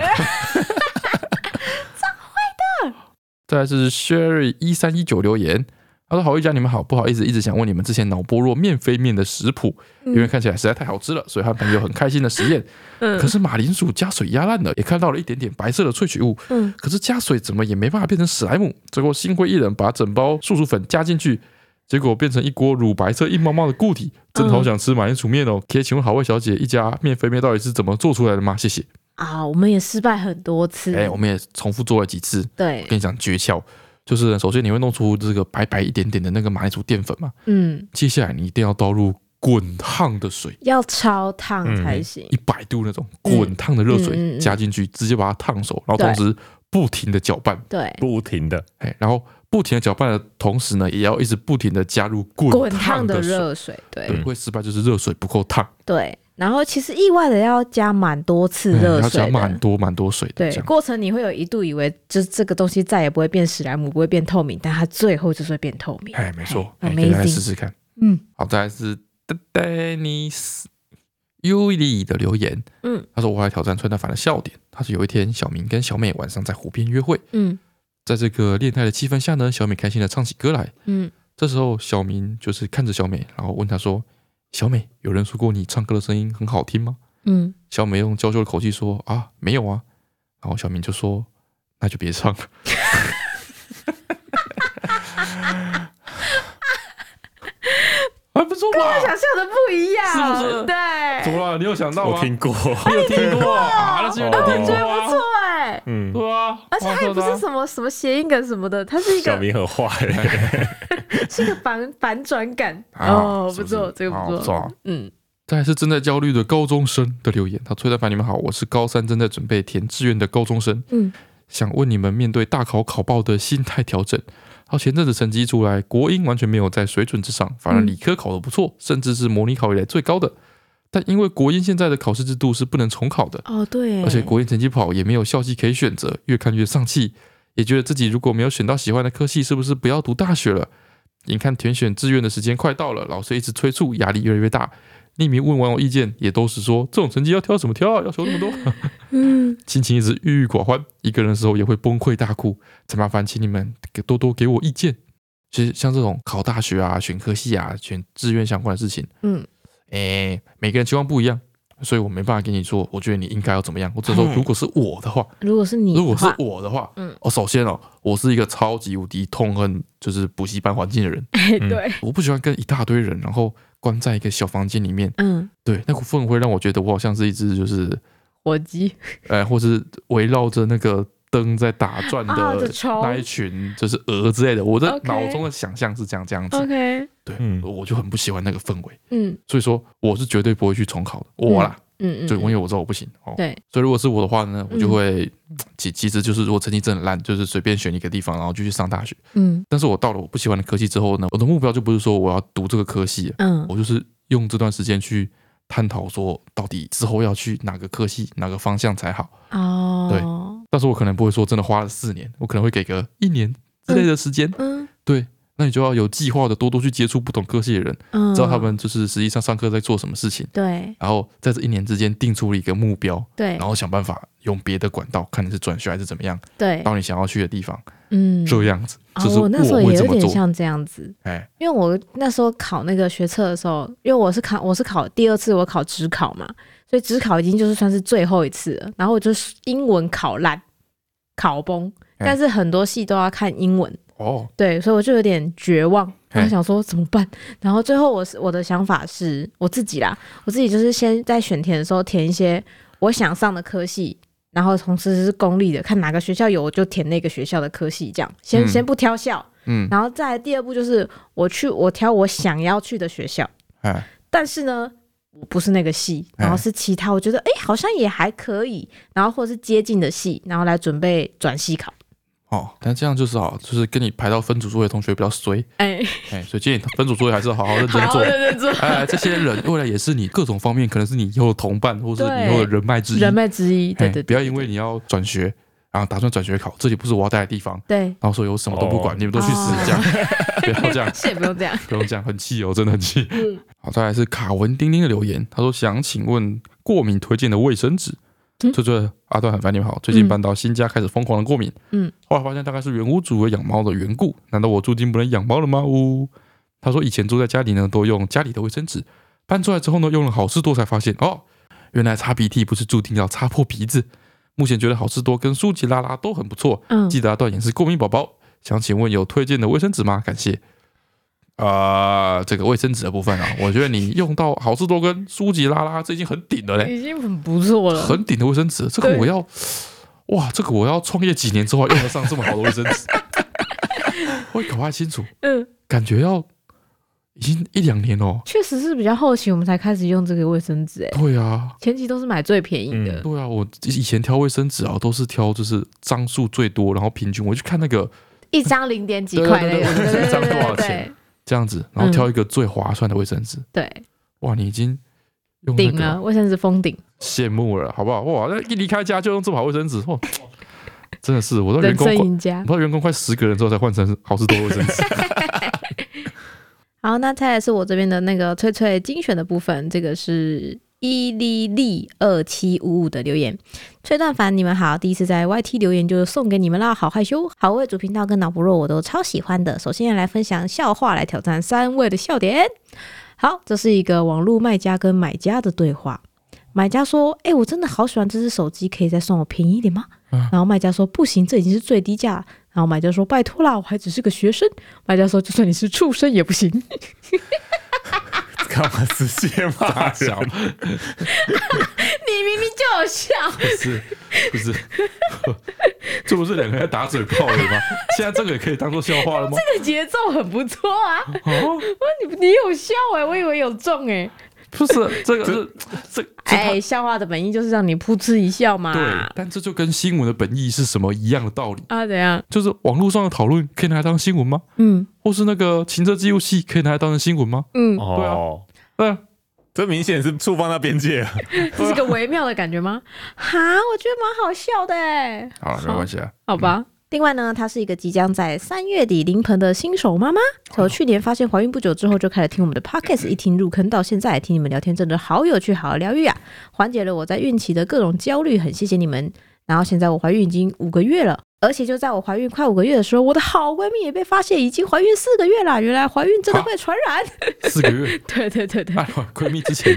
B: 再来是 Sherry 一三一九留言，他说：“好一家，你们好，不好意思，一直想问你们之前脑波弱面飞面的食谱，因为看起来实在太好吃了，所以他朋友很开心的实验。
D: 嗯
B: 可是马铃薯加水压烂了，也看到了一点点白色的萃取物。
D: 嗯
B: 可是加水怎么也没办法变成史莱姆，最后心灰意冷，把整包素薯粉加进去。”结果变成一锅乳白色硬毛毛的固体，真的好想吃马铃薯面哦！可以请问好味小姐，一家面飞面到底是怎么做出来的吗？谢谢。
D: 啊，我们也失败很多次，
B: 哎、我们也重复做了几次，
D: 对
B: 我，跟你讲诀窍，就是首先你会弄出这个白白一点点的那个马铃薯淀粉嘛，
D: 嗯，
B: 接下来你一定要倒入滚烫的水，
D: 要超烫才行，
B: 一百度那种滚烫的热
D: 嗯嗯
B: 水
D: 嗯
B: 加进去，直接把它烫熟，然后同时不停的搅拌，
D: 对，
C: 不停的，
B: 哎，然后不停的搅拌的同时呢，也要一直不停的加入滚
D: 滚
B: 烫
D: 烫的
B: 水。
D: 热水，对
B: 对，会失败就是热水不够烫，
D: 对。然后其实意外的要加蛮多次
B: 嗯
D: 热
B: 要加
D: 水
B: 蛮
D: 的，
B: 多蛮多水的
D: 对
B: 这，样。
D: 过程你会有一度以为就是这个东西再也不会变史莱姆，不会变透明，但它最后就是会变透明。
B: 哎，没错，
D: 哎
B: 哎，可以来
D: amazing
B: 试试看。
D: 嗯，
B: 好，再来是 Dennis Yuli 的留言，
D: 嗯，
B: 他说我来挑战穿戴法的笑点。他说有一天小明跟小美晚上在湖边约会，
D: 嗯
B: 在这个恋爱的气氛下呢，小美开心的唱起歌来。
D: 嗯，
B: 这时候小明就是看着小美，然后问她说：“小美，有人说过你唱歌的声音很好听吗
D: 嗯，？”
B: 小美用娇羞的口气说：“啊，没有啊。”然后小明就说：“那就别唱 了。”还哎不错吧？
D: 想象的不一样，
B: 是不是怎
D: 对，
B: 么了？你有想到吗？
C: 我听过。
B: 哎你有听过啊？那是因为你听过
D: 不
B: 啊。
D: 错哎，
C: 嗯，
B: 对啊，
D: 而且它也不是什么什么谐音梗什么的，它是一
C: 小
D: 个
C: 明很坏，
D: 是一个反反转感
B: 啊
D: 哦，
B: 是不
D: 不
B: 是
D: 错，这个
B: 啊
D: 不
B: 不错
D: 错
B: 啊，
D: 嗯，
B: 这还是正在焦虑的高中生的留言。他崔大凡，你们好，我是高三正在准备填志愿的高中生。
D: 嗯，
B: 想问你们面对大考考报的心态调整。好，前阵子成绩出来，国英完全没有在水准之上，反而理科考得不错，甚至是模拟考以来最高的。但因为国英现在的考试制度是不能重考的，
D: 哦对，
B: 而且国英成绩不好，也没有校系可以选择，越看越丧气，也觉得自己如果没有选到喜欢的科系，是不是不要读大学了？眼看填选志愿的时间快到了，老师一直催促，压力越来越大。匿名问网友意见，也都是说这种成绩要挑什么挑啊，要求那么多，
D: 嗯，
B: 心情一直郁郁寡欢，一个人的时候也会崩溃大哭。再麻烦请你们给多多给我意见。其实像这种考大学啊、选科系啊、选志愿相关的事情，
D: 嗯，
B: 诶、每个人情况不一样，所以我没办法跟你说，我觉得你应该要怎么样。我只能说，
C: 嗯
B: 如果是我的话，
D: 如果是你
B: 如
D: 的
B: 果是
D: 话，
B: 我的话，
D: 嗯
B: 哦，首先哦，我是一个超级无敌痛恨就是补习班环境的 人，
D: 哎
C: 嗯
D: 对，
B: 我不喜欢跟一大堆人，然后关在一个小房间里面，
D: 嗯，
B: 对，那股氛围会让我觉得我好像是一只就是，
D: 火鸡
B: 呃，或是围绕着那个灯在打转
D: 啊
B: 的
D: 这虫
B: 嗯那一群就是鹅之类的，我的
D: OK
B: 脑中的想象是这样这样子，
D: ，OK，
B: 对，
C: 嗯
B: 我就很不喜欢那个氛围，
D: 嗯
B: 所以说我是绝对不会去重考的，我啦，
D: 嗯嗯，
B: 对，因为我知道我不行哦，
D: 对，
B: 所以如果是我的话呢，我就
D: 嗯
B: 会其、其实就是如果成绩真的烂，就是随便选一个地方，然后就去上大学。
D: 嗯
B: 但是我到了我不喜欢的科系之后呢，我的目标就不是说我要读这个科系了，
D: 嗯
B: 我就是用这段时间去探讨说到底之后要去哪个科系、哪个方向才好。
D: 哦，
B: 但是我可能不会说真的花了四年，我可能会给个一年之类的时间。
D: 嗯
B: 对，那你就要有计划的多多去接触不同科系的人，
D: 嗯，
B: 知道他们就是实际上上课在做什么事情，
D: 对
B: 然后在这一年之间定出了一个目标。
D: 对
B: 然后想办法用别的管道，看你是转学还是怎么样，
D: 对，
B: 到你想要去的地方，
D: 嗯，
B: 这样子。
D: 啊，
B: 就是
D: 我那时候
B: 会
D: 也
B: 这
D: 有
B: 么
D: 点
B: 做。
D: 像这样子，
B: 哎，
D: 因为我那时候考那个学测的时候，因为我是考我是考第二次我考职考嘛，所以职考已经就是算是最后一次了，然后我就是英文考烂，考崩，
B: 哎
D: 但是很多戏都要看英文，
B: 哦，
D: 对，所以我就有点绝望，
B: 嘿
D: 然后想说怎么办？然后最后我是我的想法是我自己啦，我自己就是先在选填的时候填一些我想上的科系，然后同时是公立的，看哪个学校有我就填那个学校的科系，这样先、
B: 嗯
D: 先不挑校，
B: 嗯，
D: 然后再来第二步就是我去我挑我想要去的学校，
B: 哎，
D: 但是呢。我不是那个系，
B: 哎
D: 然后是其他，我觉得哎、好像也还可以，然后或者是接近的系，然后来准备转系考。
B: 哦，但这样就是好，就是跟你排到分组作业的同学比较衰，
D: 哎、
B: 哎，所以建议分组作业还是好好认真
D: 好
B: 做。
D: 认真做，
B: 哎，这些人未来也是你各种方面，可能是你以后的同伴，或是
D: 对
B: 以后的人脉之一。
D: 人脉之一，对
B: 哎
D: 对对，
B: 不要因
D: 对
B: 为你要转学，啊，打算转学考，这里不是我要待的地方，
D: 对，
B: 然后说有什么都不管，
C: 哦
B: 你们都去死，这样 不要这样，
D: 是也不用这样。
B: 不用这样，很气哦，真的很气。
D: 嗯，
B: 好，再来是卡文丁丁的留言，他说想请问过敏推荐的卫生纸。
D: 嗯
B: 翠翠，阿段很烦你们好，最近搬到新家，开始疯狂的过敏。
D: 嗯，
B: 后来发现大概是原屋主为养猫的缘故，难道我注定不能养猫了吗？呜，他说以前住在家里呢，都用家里的卫生纸，搬出来之后呢，用了好事多才发现哦，原来擦鼻涕不是注定要擦破鼻子。目前觉得好事多跟舒吉拉拉都很不错，
D: 嗯
B: 记得阿段也是过敏宝宝，想请问有推荐的卫生纸吗？感谢。啊、这个卫生纸的部分 啊，我觉得你用到好事多跟舒吉拉拉，这已经很顶了嘞，
D: 已经很不错了。
B: 很顶的卫生纸。这个
D: 对
B: 我要，哇，这个我要创业几年之后还用得上这么好的卫生 纸，我也搞不太清楚，
D: 嗯，
B: 感觉要已经一两年哦。
D: 确实是比较后期我们才开始用这个卫生纸，哎，
B: 对啊，
D: 前期都是买最便宜
C: 嗯
D: 的。
B: 对啊，我以前挑卫生纸啊，都是挑就是张数最多，然后平均。我去看那个
D: 一张零点几块那
B: 对
D: 个，
B: 对对对
D: 对
B: 一张多少
D: 对
B: 钱这样子，
D: 嗯
B: 然后挑一个最划算的卫生纸。
D: 对对，
B: 哇，你已经用那
D: 顶
B: 个
D: 了卫生纸封顶，
B: 羡慕了，好不好？哇，那一离开家就用这么好卫生纸，哇，真的是我到员
D: 人
B: 工
D: 生
B: 快，
D: 赢家
B: 我。到员工快十个人之后才换成好事多卫生 纸。
D: 好，那再来是我这边的那个翠翠精选的部分，这个是伊利利二七五五的留言。崔段凡，你们好，第一次在 YT 留言就送给你们啦，好害羞。好味主频道跟脑不弱我都超喜欢的，首先要来分享笑话来挑战三位的笑点。好，这是一个网络卖家跟买家的对话。买家说：“哎、我真的好喜欢这只手机，可以再送我便宜一点吗？”
B: 嗯
D: 然后卖家说：“不行，这已经是最低价了。”然后买家说：“拜托啦，我还只是个学生。”卖家说：“就算你是畜生也不行。”
C: 干嘛直接骂
B: 大
C: 人
B: 小？
D: 你明明就有笑，
B: 不是不是，这不是两个人在打嘴炮了吗？ 现在这个也可以当做笑话了吗？
D: 这个节奏很不错啊！
B: 哦，
D: 我你你有笑哎、我以为有中哎、
B: 不是这个是这
D: 哎、笑话的本意就是让你噗嗤一笑嘛。
B: 对，但这就跟新闻的本意是什么一样的道理，
D: 啊，怎样？
B: 就是网络上的讨论可以拿来当新闻吗？
D: 嗯
B: 或是那个行车记录器可以拿来当成新闻吗？
D: 嗯，
C: 哦，
B: 对啊，
C: 这明显是触犯到边界了。
D: 这是个微妙的感觉吗？哈，我觉得蛮好笑的哎、
B: 好，没关系啊。
D: 好吧。另外呢，她是一个即将在三月底临盆的新手妈妈。从去年发现怀孕不久之后，就开始听我们的 podcast，一听入坑，到现在听你们聊天，真的好有趣，好疗愈啊！缓解了我在孕期的各种焦虑，很谢谢你们。然后现在我怀孕已经五个月了，而且就在我怀孕快五个月的时候，我的好闺蜜也被发现已经怀孕四个月了。原来怀孕真的会传染。
B: 四个月，
D: 对对对 对，
B: 哎，闺蜜之前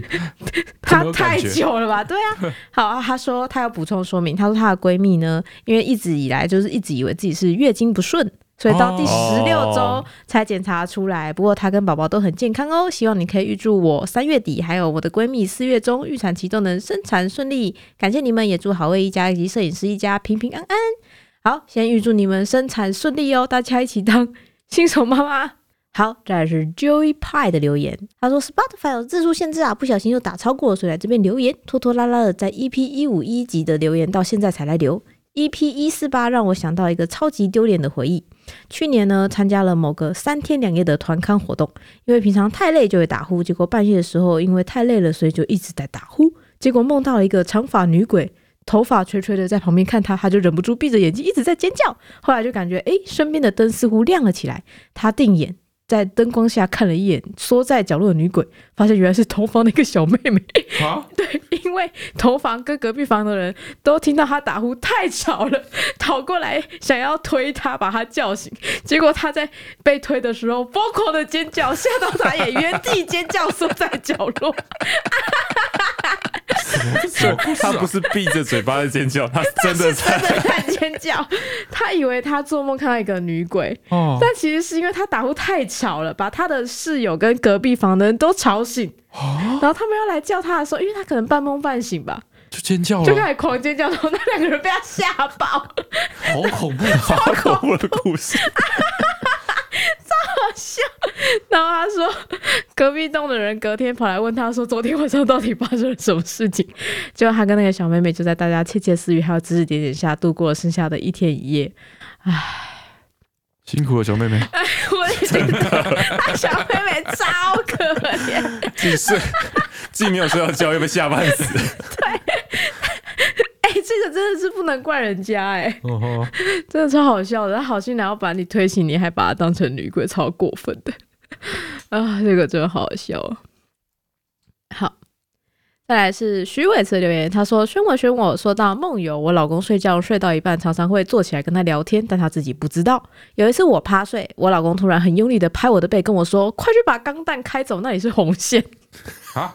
D: 她
B: 有感
D: 太
B: 觉
D: 久了吧？对啊，好啊，她说她要补充说明，她说她的闺蜜呢，因为一直以来就是一直以为自己是月经不顺。所以到第十六周
C: 哦
D: 才检查出来，不过她跟宝宝都很健康哦。希望你可以预祝我三月底，还有我的闺蜜四月中预产期都能生产顺利。感谢你们，也祝好味一家以及摄影师一家平平安安。好，先预祝你们生产顺利哦，大家一起当新手妈妈。好，再来是 Joey Pie 的留言，他说 Spotify 有字数限制啊，不小心又打超过了，所以来这边留言，拖拖拉拉的在 EP 一五一集的留言到现在才来留。EP ，E 一四八让我想到一个超级丢脸的回忆。去年呢，参加了某个三天两夜的团康活动，因为平常太累就会打呼，结果半夜的时候因为太累了，所以就一直在打呼，结果梦到了一个长发女鬼，头发垂垂的在旁边看她，她就忍不住闭着眼睛一直在尖叫。后来就感觉诶，身边的灯似乎亮了起来，她定眼在灯光下看了一眼缩在角落的女鬼，发现原来是同房的一个小妹妹。
B: 啊，
D: 因为同房跟隔壁房的人都听到他打呼太吵了，跑过来想要推他，把他叫醒。结果他在被推的时候疯狂的尖叫，吓到他也原地尖叫，缩在角落。
B: 什么故事
C: 他不
B: 啊？
C: 是闭着嘴巴在 尖叫，他真的
D: 真
C: 在
D: 的在尖叫，他以为他做梦看到一个女鬼，
B: 哦
D: 但其实是因为他打呼太吵了，把他的室友跟隔壁房的人都吵醒。然后他们要来叫他的时候，因为他可能半梦半醒吧，
B: 就尖叫
D: 就
B: 了，
D: 开始狂尖叫，然后那两个人被他吓爆。
B: 好恐怖啊！
C: 好恐怖的故 事。
D: 然后他说，隔壁栋的人隔天跑来问他说，昨天晚上到底发生了什么事情？结果他跟那个小妹妹就在大家窃窃私语还有指指点点下度过了剩下的一天一夜。
B: 辛苦了，小妹妹，
D: 我已经懂了，他小妹妹超可怜，
C: 既睡，既没有睡到觉，又被吓半死。
D: 哎、这这个真的是不能怪人家哎、
C: 哦吼
D: 真的超好笑的。他好心然后把你推起，你还把他当成女鬼，超过分的 啊！这个真的好好笑哦。好，再来是徐伟慈留言，他说：“宣我宣我，说到梦游，我老公睡觉睡到一半，常常会坐起来跟他聊天，但他自己不知道。有一次我趴睡，我老公突然很用力的拍我的背，跟我说：‘快去把钢蛋开走，那里是红线，
B: 啊，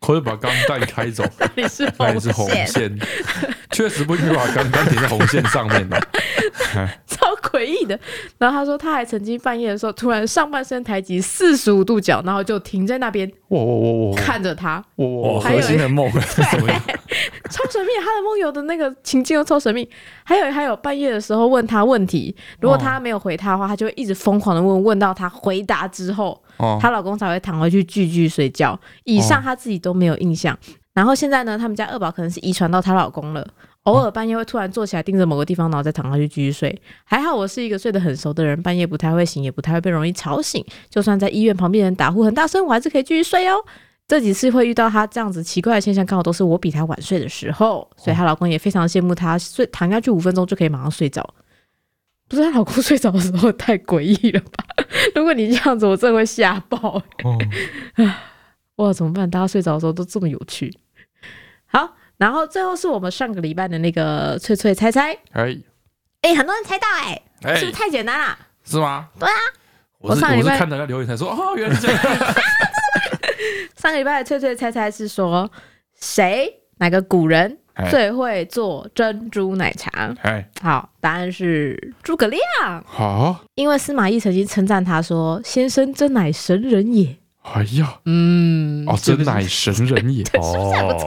B: 可以把钢蛋开走，
D: 那里是
B: 那也
D: 红
B: 是
D: 线。
B: 红线，确实不应该把钢蛋停在红线上 面的。
D: 超诡异的。然后他说，他还曾经半夜的时候，突然上半身抬起四十五度角，然后就停在那边
B: 哇哇哇哇
D: 看着他，
B: 哇哇！
C: 哇，
D: 还有
C: 哦核
D: 一
C: 心 的梦什么意思？
D: 超神秘。他的梦游的那个情境又超神秘。 还有还有，半夜的时候问他问题，如果他没有回他的话，他就会一直疯狂的问，问到他回答之后，
B: 哦，
D: 她老公才会躺回去继续睡觉。以上
B: 哦
D: 她自己都没有印象。然后现在呢，他们家二宝可能是遗传到她老公了，偶尔半夜会突然坐起来盯着某个地方，然后再躺下去继续睡。还好我是一个睡得很熟的人，半夜不太会醒，也不太会被容易吵醒。就算在医院旁边人打呼很大声，我还是可以继续睡哦。这几次会遇到她这样子奇怪的现象，刚好都是我比她晚睡的时
B: 哦
D: 候，所以她老公也非常羡慕她睡躺下去五分钟就可以马上睡着。不是她老公睡着的时候太诡异了吧？ 如果你这样子，我真的会吓爆、
B: 哦
D: 哇，怎么办？大家睡着的时候都这么有趣。好，然后最后是我们上个礼拜的那个翠翠猜猜，
B: 哎
A: 哎、很多人猜到哎、
B: 哎，
D: 是不是太简单啦、
B: 是吗？
A: 对啊，
B: 我是
D: 我上礼
B: 我是
D: 拜
B: 看人家留言才说哦，原来是这样。
D: 上个礼拜的翠翠猜猜是说谁哪个古人
B: 哎
D: 最会做珍珠奶茶？
B: 哎，
D: 好，答案是诸葛亮，
B: 好，
D: 因为司马懿曾经称赞他说：“先生真乃神人也。
B: 哎呀”，
D: 嗯，
B: 哦，
D: 是
B: 真
D: 不是
B: 乃神人也
C: 哦，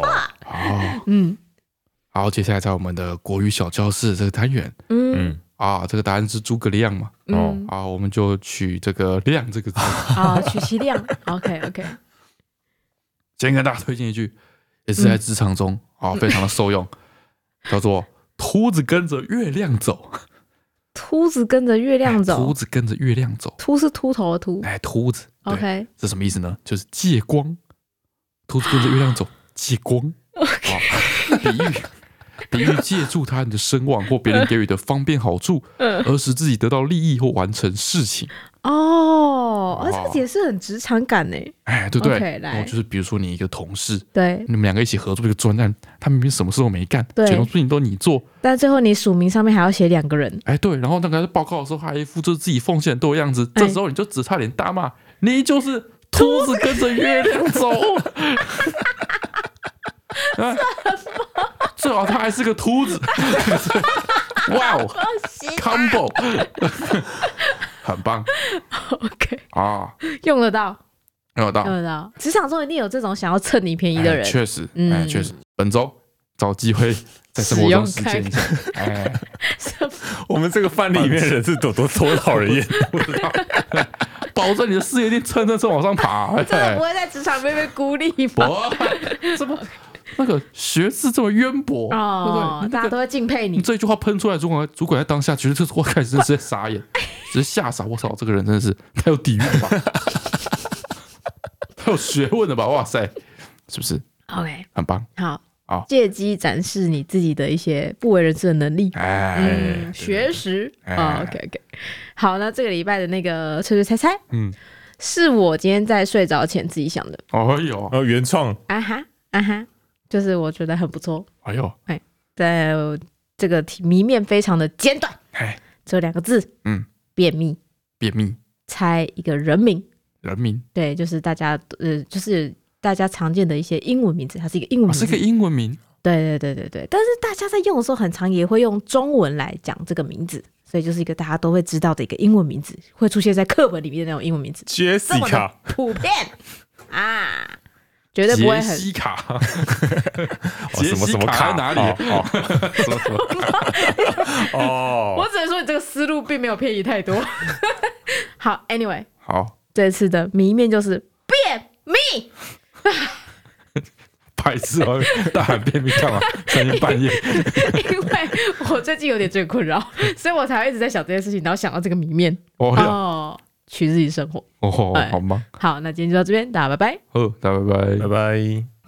B: 哦。
D: 嗯
B: 好，接下来在我们的国语小教室这个单元
D: 嗯
C: 嗯，
B: 啊，这个答案是诸葛亮嘛？
C: 哦
D: 嗯
B: 啊，我们就取这个“亮”这 个字。
D: 啊，取其亮。OK OK，
B: 先跟大家推荐一句，也是在职场中 啊，非常的受用，叫做“秃子跟着月亮走”。
D: 秃子跟着月亮
B: 哎 秃
D: 走，
B: 子跟着月亮走，
D: 秃是秃头的秃。
B: 哎，秃子，对，
D: OK，
B: 这什么意思呢？就是借光，秃子跟着月亮走，借 光。啊，比喻，比喻借助他人的声望或别人给予的方便好处，
D: 嗯
B: 而使自己得到利益或完成事情。
D: 哦，而
B: 哦
D: 且也是很职场感欸呢。
B: 哎，对不对？
D: OK，来
B: 哦，就是比如说你一个同事，
D: 对，
B: 你们两个一起合作一个专案，他明明什么事都没干，
D: 对
B: 全部事情都你做，
D: 但最后你署名上面还要写两个人，
B: 哎，对，然后那个报告的时候还一副就是自己奉献很多的样子，这时候你就只差点大骂，你就是秃子跟着月亮走。啊最好他还是个秃 子，哇哦，combo，很棒
D: OK，
B: 啊，
D: 用得到，
B: 很有道
D: 用
B: 理，
D: 得到。职场中一定有这种想要蹭你便宜的
B: 哎
D: 人，
B: 确实，哎，
D: 嗯
B: 确实，本周找机会在生活中实践一下，哎，
C: 我们 这个范例里面人是多多多讨 人厌，
B: 不知道，保证你的事业一定蹭蹭蹭往上 爬，
D: 真的
B: 哎
D: 不会在职场被被孤立 吧？
B: 博，这么那个学识这么渊博，
D: 哦
B: 对，哎不对？
D: 大
B: 那
D: 家
B: 个
D: 都会敬佩
B: 你
D: 你。
B: 这句话喷出来，主管主管在当下觉得这我开始直接傻 眼，直接吓傻。我操，这个人真的是太有底蕴了吧，太有学问了吧？哇塞，是不是
D: OK，
B: 很棒？
D: 好，
B: 嗯好
D: 借机展示你自己的一些不为人知的能力。
B: 哎
D: 嗯，，学识
B: 哎
D: 啊，OK OK，好，那这个礼拜的那个吹吹猜猜，
C: 嗯，
D: 是我今天在睡着前自己想的，
B: 哎呦，
C: 然后原创
D: 啊哈啊哈，就是我觉得很不错，
B: 哎呦，
D: 在这个题谜面非常的简短，
B: 哎，
D: 只有两个字，
B: 嗯，
D: 便秘，
B: 便秘
D: 猜一个人名，
B: 人名
D: 对，就是大家呃，就是大家常见的一些英文名字，它是一个英文
B: 啊，
D: 名字，
B: 是个英文名
D: 对对对对对，但是大家在用的时候，很常也会用中文来讲这个名字，所以就是一个大家都会知道的一个英文名字，会出现在课本里面的那种英文名字，这么
C: Jessica
D: 的普遍 啊，绝对不会
B: 杰
D: 很
B: 西 卡，
C: 哦什么什么
B: 卡
C: 卡
B: 在哪里
C: 哦哦什么什么
D: 我
C: 哦，
D: 只能说你这个思路并没有偏移太多。 好，Anyway，
B: 好，
D: 这次的谜面就是便秘，
B: 白痴哦，大喊便秘干嘛？三更半夜，
D: 因为我最近有点这个困扰，所以我才会一直在想这件事情，然后想到这个谜面
B: 哦呀，
D: 哦，取自己生活。
B: 哦，
D: 哎
B: 好吗？
D: 好，那今天就到这边，大家拜拜。
B: 好，大家拜拜
C: 拜。拜。